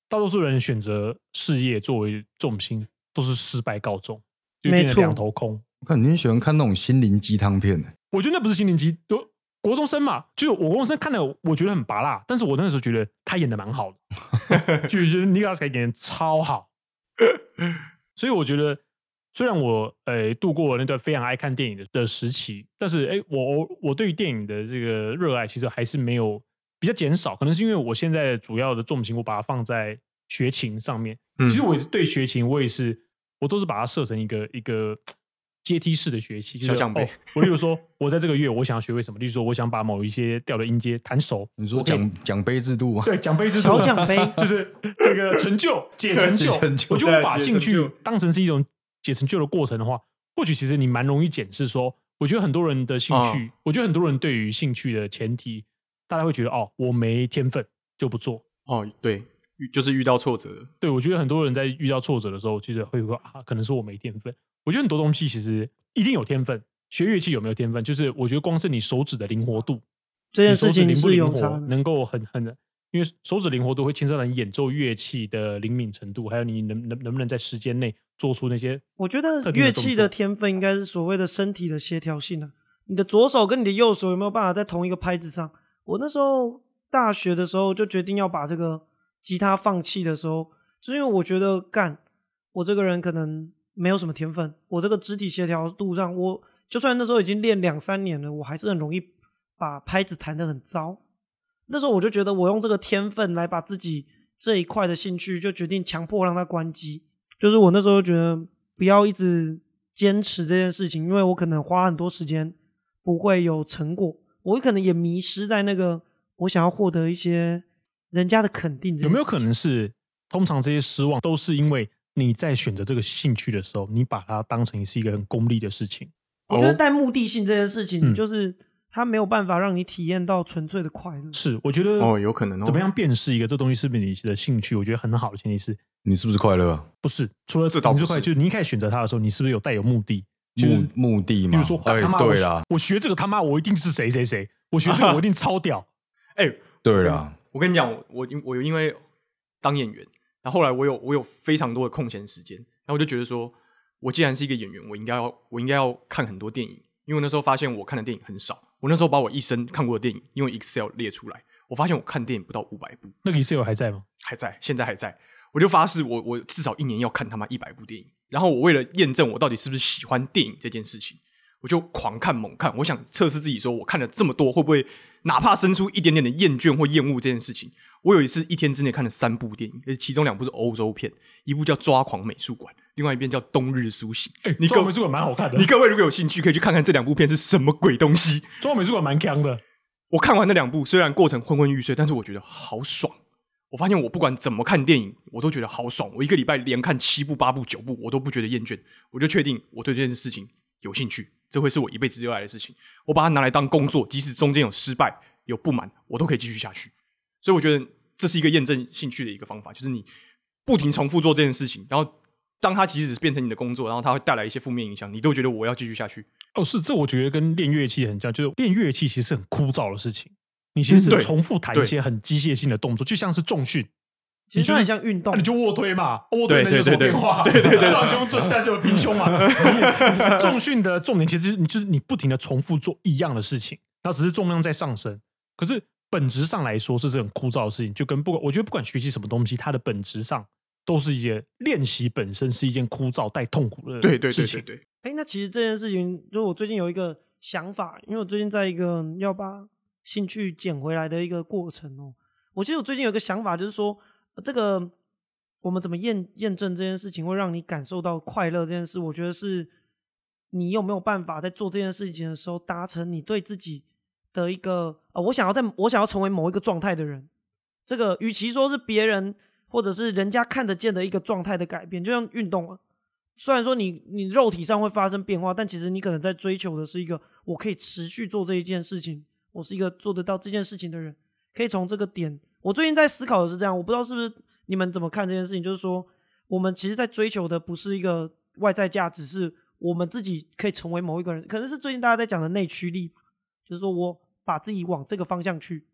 S2: 大多数人选择事业作为重心，都是失败告终，就变
S3: 没
S2: 成
S3: 错
S2: 两头空。
S1: 我看你很喜欢看那种心灵鸡汤片的，
S2: 我觉得那不是心灵鸡，都国中生嘛，就我国中生看了，我觉得很拔辣，但是我那个时候觉得他演的蛮好的，就觉得尼克拉斯凯奇演的超好，所以我觉得虽然我呃度过了那段非常爱看电影的的时期，但是哎，我我对于电影的这个热爱其实还是没有比较减少，可能是因为我现在的主要的重心我把它放在学琴上面，
S4: 嗯
S2: 其实我也是对学琴，我也是，我都是把它设成一个一个阶梯式的学习，就是
S4: 小奖杯
S2: 哦我例如说，我在这个月我想要学会什么，例如说我想把某一些调的音阶弹熟，
S1: 你说
S2: 我可以
S1: 奖奖杯制度吗？啊
S2: 对奖杯制度
S3: 小，奖杯
S2: 就是这个成就解成就，
S1: 解成就
S2: 我就会把
S4: 对解
S2: 兴
S4: 成
S2: 趣
S4: 就
S2: 当成是一种解成就的过程的话，或许其实你蛮容易检视说，我觉得很多人的兴趣，
S4: 哦
S2: 我觉得很多人对于兴趣的前提，大家会觉得哦，我没天分就不做，
S4: 哦，对，遇就是遇到挫折了，
S2: 对，我觉得很多人在遇到挫折的时候，其实会说啊，可能是我没天分。我觉得很多东西其实一定有天分，学乐器有没有天分，就是我觉得光是你手指的灵活度，
S3: 这件
S2: 你手
S3: 事
S2: 指
S3: 情
S2: 灵不
S3: 是有
S2: 灵
S3: 差
S2: 活，
S3: 的。
S2: 能够很很，因为手指灵活度会牵涉到你演奏乐器的灵敏程度，还有你能能能不能在时间内做出那些。
S3: 我觉得
S2: 特定的
S3: 乐
S2: 动
S3: 器
S2: 作
S3: 的天分应该是所谓的身体的协调性啊。你的左手跟你的右手有没有办法在同一个拍子上？我那时候大学的时候就决定要把这个吉他放弃的时候，就是因为我觉得干我这个人可能没有什么天分，我这个肢体协调度上，我就算那时候已经练两三年了，我还是很容易把拍子弹得很糟。那时候我就觉得，我用这个天分来把自己这一块的兴趣，就决定强迫让它关机。就是我那时候觉得，不要一直坚持这件事情，因为我可能花很多时间不会有成果，我可能也迷失在那个我想要获得一些人家的肯定。
S2: 有没有可？能是，通常这些失望都是因为你在选择这个兴趣的时候，你把它当成是一个很功利的事情。
S3: 我觉得带目的性这件事情，
S2: 哦嗯
S3: 就是它没有办法让你体验到纯粹的快乐。
S2: 是，我觉得
S4: 哦，有可能哦，
S2: 怎么样辨识一个这东西是不是你的兴趣？我觉得很好的前提是，
S1: 你是不是快乐啊？
S2: 不是除了
S4: 这倒
S2: 你
S4: 不
S2: 就快，
S4: 是
S2: 就是你一开始选择它的时候，你是不是有带有目的？就是
S1: 目目的
S2: 比
S1: 嘛
S2: 如说，，干
S1: 哎
S2: 他妈，我
S1: 对
S2: 学
S1: 啦，
S2: 我学这个他妈，我一定是谁谁谁，我学这个我一定超 屌。
S4: 哎，
S1: 对啦，
S4: 我跟你讲，我我因我因为当演员，然后后来我有我有非常多的空闲时间，然后我就觉得说，我既然是一个演员，我应该要我应该要看很多电影，因因为我那时候发现我看的电影很少，我那时候把我一生看过的电影用 Excel 列出来，我发现我看电影不到五百部，
S2: 那个 Excel 还在吗？
S4: 还在，现在还在。我就发誓我，我至少一年要看他妈一百部电影。然后我为了验证我到底是不是喜欢电影这件事情，我就狂看猛看。我想测试自己，说我看了这么多，会不会哪怕生出一点点的厌倦或厌恶这件事情？我有一次一天之内看了三部电影，而且其中两部是欧洲片，一部叫《抓狂美术馆》，另外一遍叫《冬日苏醒》。你
S2: 中
S4: 各
S2: 华哎美术馆蛮好看的
S4: 你，各位如果有兴趣，可以去看看这两部片是什么鬼东西。
S2: 中华美术馆蛮强的。
S4: 我看完那两部，虽然过程昏昏欲睡，但是我觉得好爽。我发现我不管怎么看电影，我都觉得好爽。我一个礼拜连看七部、八部、九部，我都不觉得厌倦。我就确定我对这件事情有兴趣，这会是我一辈子热爱的事情。我把它拿来当工作，即使中间有失败、有不满，我都可以继续下去。所以我觉得这是一个验证兴趣的一个方法，就是你不停重复做这件事情，然后当它即使变成你的工作，然后它会带来一些负面影响，你都觉得我要继续下去。
S2: 哦，是这，我觉得跟练乐器很像，就是练乐器其实是很枯燥的事情，你其实
S4: 嗯对
S2: 重复弹一些很机械性的动作，就像是重训，
S3: 其
S2: 你就是
S3: 实
S2: 啊
S3: 很像运动
S2: 那你，就卧推嘛，卧推能
S4: 对
S2: 有什么
S4: 对对
S2: 变化？
S4: 对对对对
S2: 上胸做下什么平胸嘛？你重训的重点其实你就是你不停的重复做一样的事情，然后只是重量在上升，可是本质上来说，这是很枯燥的事情。就跟不管我觉得不管学习什么东西，它的本质上都是一件练习本身是一件枯燥带痛苦的
S4: 对对
S2: 呃事
S4: 对对
S2: 情。
S4: 对，
S3: 哎、那其实这件事情，就我最近有一个想法，因为我最近在一个要把兴趣捡回来的一个过程哦。我其实我最近有一个想法，就是说、呃这个我们怎么验验证这件事情会让你感受到快乐这件事，我觉得是你有没有办法在做这件事情的时候达成你对自己的一个呃，我想要在我想要成为某一个状态的人。这个与其说是别人或者是人家看得见的一个状态的改变，就像运动啊，虽然说你你肉体上会发生变化，但其实你可能在追求的是一个我可以持续做这一件事情，我是一个做得到这件事情的人，可以从这个点。我最近在思考的是这样，我不知道是不是你们怎么看这件事情，就是说我们其实在追求的不是一个外在价值，是我们自己可以成为某一个人，可能是最近大家在讲的内驱力吧，就是说我把自己往这个方向去。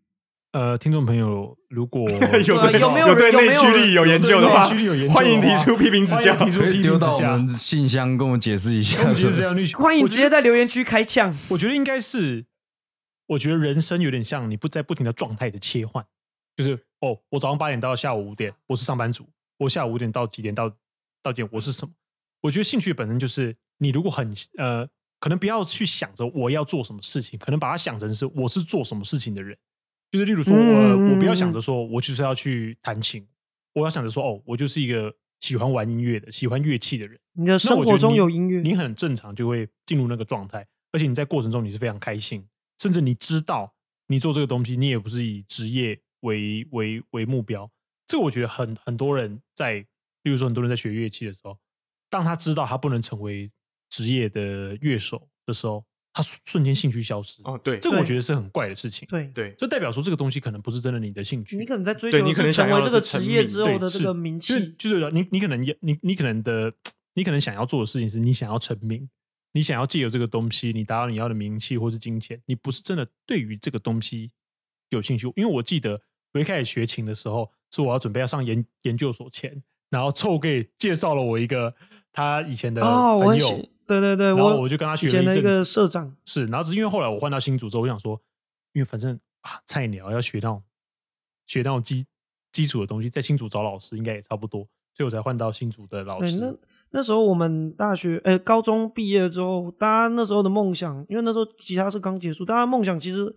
S2: 呃，听众朋友，如果
S4: 有
S3: 对
S4: 对
S3: 有没有人
S4: 对
S3: 有没
S4: 内
S3: 有
S4: 驱
S3: 人
S4: 力有研究的
S2: 对
S4: 话
S2: 内驱力有研，究
S4: 欢迎
S2: 的
S4: 提
S2: 话
S4: 出批评指教。
S2: 欢迎提出
S1: 可
S2: 批
S1: 以
S2: 评
S1: 丢
S2: 指
S1: 到我
S2: 教
S1: 们。信箱，跟我们解释一下
S2: 攻击
S1: 什
S2: 是
S1: 么
S2: 这样，你
S3: 欢迎直接在留言区开呛。
S2: 我觉得应该是，我觉得人生有点像你不在不停的状态的切换，就是哦，我早上八点到下午五点，我是上班族；我下午五点到几点到到几点，我是什么？我觉得兴趣本身就是你如果很呃，可能不要去想着我要做什么事情，可能把它想成是我是做什么事情的人。就是例如说，我、呃
S3: 嗯
S2: 我不要想着说我就是要去弹琴，我要想着说哦，我就是一个喜欢玩音乐的、喜欢乐器的人。
S3: 你的
S2: 那
S3: 生
S2: 我觉
S3: 活
S2: 得
S3: 中
S2: 你
S3: 有音乐，
S2: 你很正常就会进入那个状态，而且你在过程中你是非常开心，甚至你知道你做这个东西，你也不是以职业为为为目标。这个我觉得很很多人在，例如说很多人在学乐器的时候，当他知道他不能成为职业的乐手的时候，他瞬瞬间兴趣消失。
S4: 哦，对，
S2: 这个我
S3: 对
S2: 觉得是很怪的事情。
S3: 对
S4: 对
S2: 这代表说这个东西可能不是真的你的兴趣，
S3: 你可能在追
S4: 对
S3: 求
S4: 你
S3: 的
S4: 可能
S3: 是成
S4: 想
S3: 为
S4: 要
S3: 这个
S4: 是成
S3: 职业
S4: 名
S3: 之
S2: 对
S3: 后的这
S2: 是
S3: 个名
S2: 就是
S3: 气，
S2: 就是你你可能也你你可能的你可能想要做的事情是你想要成名，你想要借由这个东西，你达到你要的名气或是金钱，你不是真的对于这个东西有兴趣。因为我记得我一开始学琴的时候，是我要准备要上研研究所前，然后臭给介绍了我一个他以前的
S3: 哦，我
S2: 朋
S3: 很
S2: 友，
S3: 喜，对对对，
S2: 然后
S3: 我
S2: 我就跟他学了
S3: 以前
S2: 一
S3: 的一
S2: 阵
S3: 个
S2: 子，
S3: 社长，
S2: 是，然后只是因为后来我换到新竹之后，我想说，因为反正啊，菜鸟要学到学到基基础的东西，在新竹找老师应该也差不多，所以我才换到新竹的老
S3: 对，
S2: 师。
S3: 那那时候我们大学呃高中毕业之后，大家那时候的梦想，因为那时候吉他是刚结束，大家梦想其实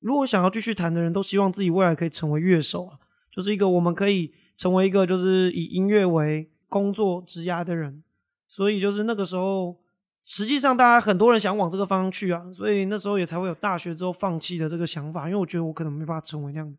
S3: 如果想要继续弹的人，都希望自己未来可以成为乐手啊，就是一个我们可以成为一个就是以音乐为工作职涯的人，所以就是那个时候。实际上，大家很多人想往这个方向去啊，所以那时候也才会有大学之后放弃的这个想法，因为我觉得我可能没办法成为那样的。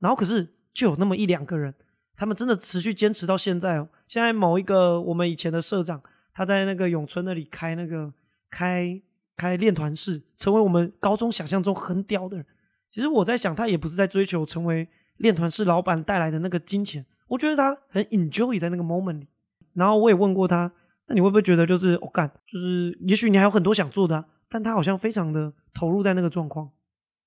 S3: 然后可是就有那么一两个人，他们真的持续坚持到现在哦。现在某一个我们以前的社长，他在那个永春那里开那个开开练团室，成为我们高中想象中很屌的人。其实我在想，他也不是在追求成为练团室老板带来的那个金钱，我觉得他很 enjoy 在那个 moment 里。然后我也问过他，那你会不会觉得就是我、哦、干，就是也许你还有很多想做的、啊，但他好像非常的投入在那个状况，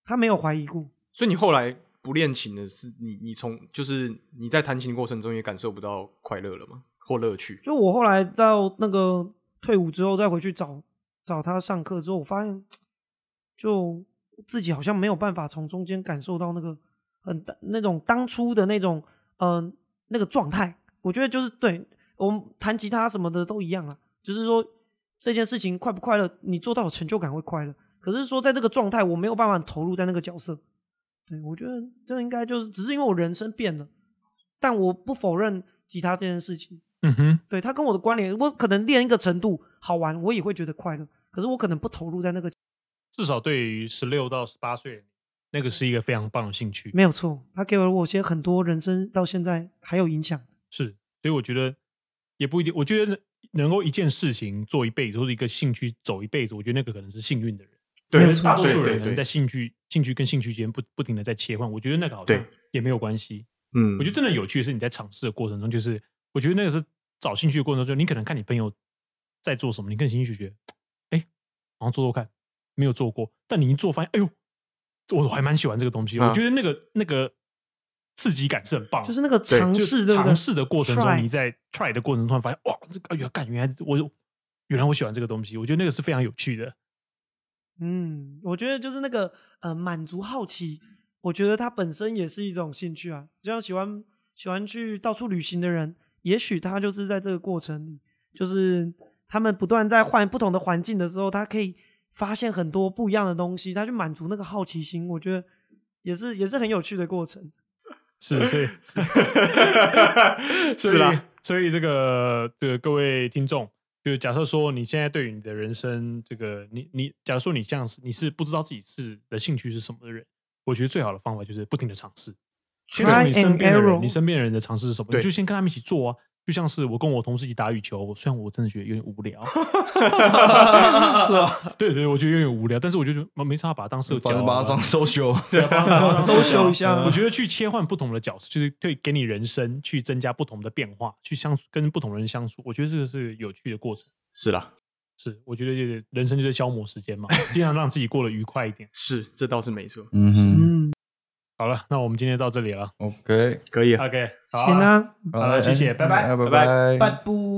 S3: 他没有怀疑过。
S4: 所以你后来不练琴的是你，你从就是你在弹琴的过程中也感受不到快乐了吗？或乐趣？
S3: 就我后来到那个退伍之后再回去找找他上课之后，我发现就自己好像没有办法从中间感受到那个很大那种当初的那种嗯、呃那个状态。我觉得就是对我们弹吉他什么的都一样啊，就是说这件事情快不快乐，你做到有成就感会快乐。可是说在这个状态，我没有办法投入在那个角色。对，我觉得这应该就是只是因为我人生变了，但我不否认吉他这件事情。
S2: 嗯哼，
S3: 对它跟我的关联，我可能练一个程度好玩，我也会觉得快乐。可是我可能不投入在那个，
S2: 至少对于十六到十八岁，那个是一个非常棒的兴趣。
S3: 没有错，它给了我些很多人生到现在还有影响。
S2: 是，所以我觉得也不一定。我觉得能够一件事情做一辈子，或者一个兴趣走一辈子，我觉得那个可能是幸运的人。
S3: 没
S4: 对
S3: 有，错
S2: 大多数
S4: 啊对
S2: 人可
S4: 对
S2: 能在
S4: 对，
S2: 兴趣、兴趣跟兴趣间不不停的在切换，我觉得那个好像
S4: 对
S2: 也没有关系。
S4: 嗯，
S2: 我 觉得真的有趣的是你在尝试的过程中，就是我觉得那个是找兴趣的过程中，就你可能看你朋友在做什么，你更兴趣觉得，哎，好像做做看，没有做过，但你一做发现，哎呦，我还蛮喜欢这个东西。
S4: 嗯
S2: 我觉得那个那个刺激感是很棒的，
S3: 就是那个
S4: 对
S3: 尝
S2: 就
S3: 试，对不对
S2: 尝试的过程中，
S3: Try
S2: 你在 try 的过程中，突然发现哇，这个哎呀，干，原来我原来我喜欢这个东西，我觉得那个是非常有趣的。
S3: 嗯，我觉得就是那个呃满足好奇，我觉得它本身也是一种兴趣啊。就像喜欢喜欢去到处旅行的人，也许他就是在这个过程里，就是他们不断在换不同的环境的时候，他可以发现很多不一样的东西，他去满足那个好奇心，我觉得也是也是很有趣的过程。
S2: 是，所以所以
S4: 是啦，
S2: 所以这个这个各位听众，就是假设说你现在对于你的人生，这个你你，假如说你像是你是不知道自己是的兴趣是什么的人，我觉得最好的方法就是不停的尝试。先从
S3: Try
S2: 你身
S3: and
S2: 边的人，
S3: error
S2: 你身边的人的尝试是什么，
S4: 对
S2: 你就先跟他们一起做啊。就像是我跟我同事一起打羽球，啊虽然我真的觉得有点无聊，
S1: 是吧？
S2: 对对，我觉得有点无聊，但是我就觉得没没差，把它当社交
S1: 反
S2: 啊、
S1: 正把它 双收修，
S2: 对，啊把它当
S3: 搜寻一下
S2: 我觉得去切换不同的角色，就是对给你人生去增加不同的变化，去相处跟不同人相处，我觉得这个是有趣的过程。
S4: 是啦，
S2: 是，我觉得就是人生就是消磨时间嘛，尽量让自己过得愉快一点。
S4: 是，这倒是没错，
S1: 嗯哼
S3: 嗯，
S2: 好了，那我们 今天到这里了。
S1: ，OK，
S4: 可以啊，
S2: OK，好哎
S3: 行，啊，
S2: 好了谢谢拜
S1: 拜
S2: 拜
S4: 拜
S1: 拜
S3: 拜拜。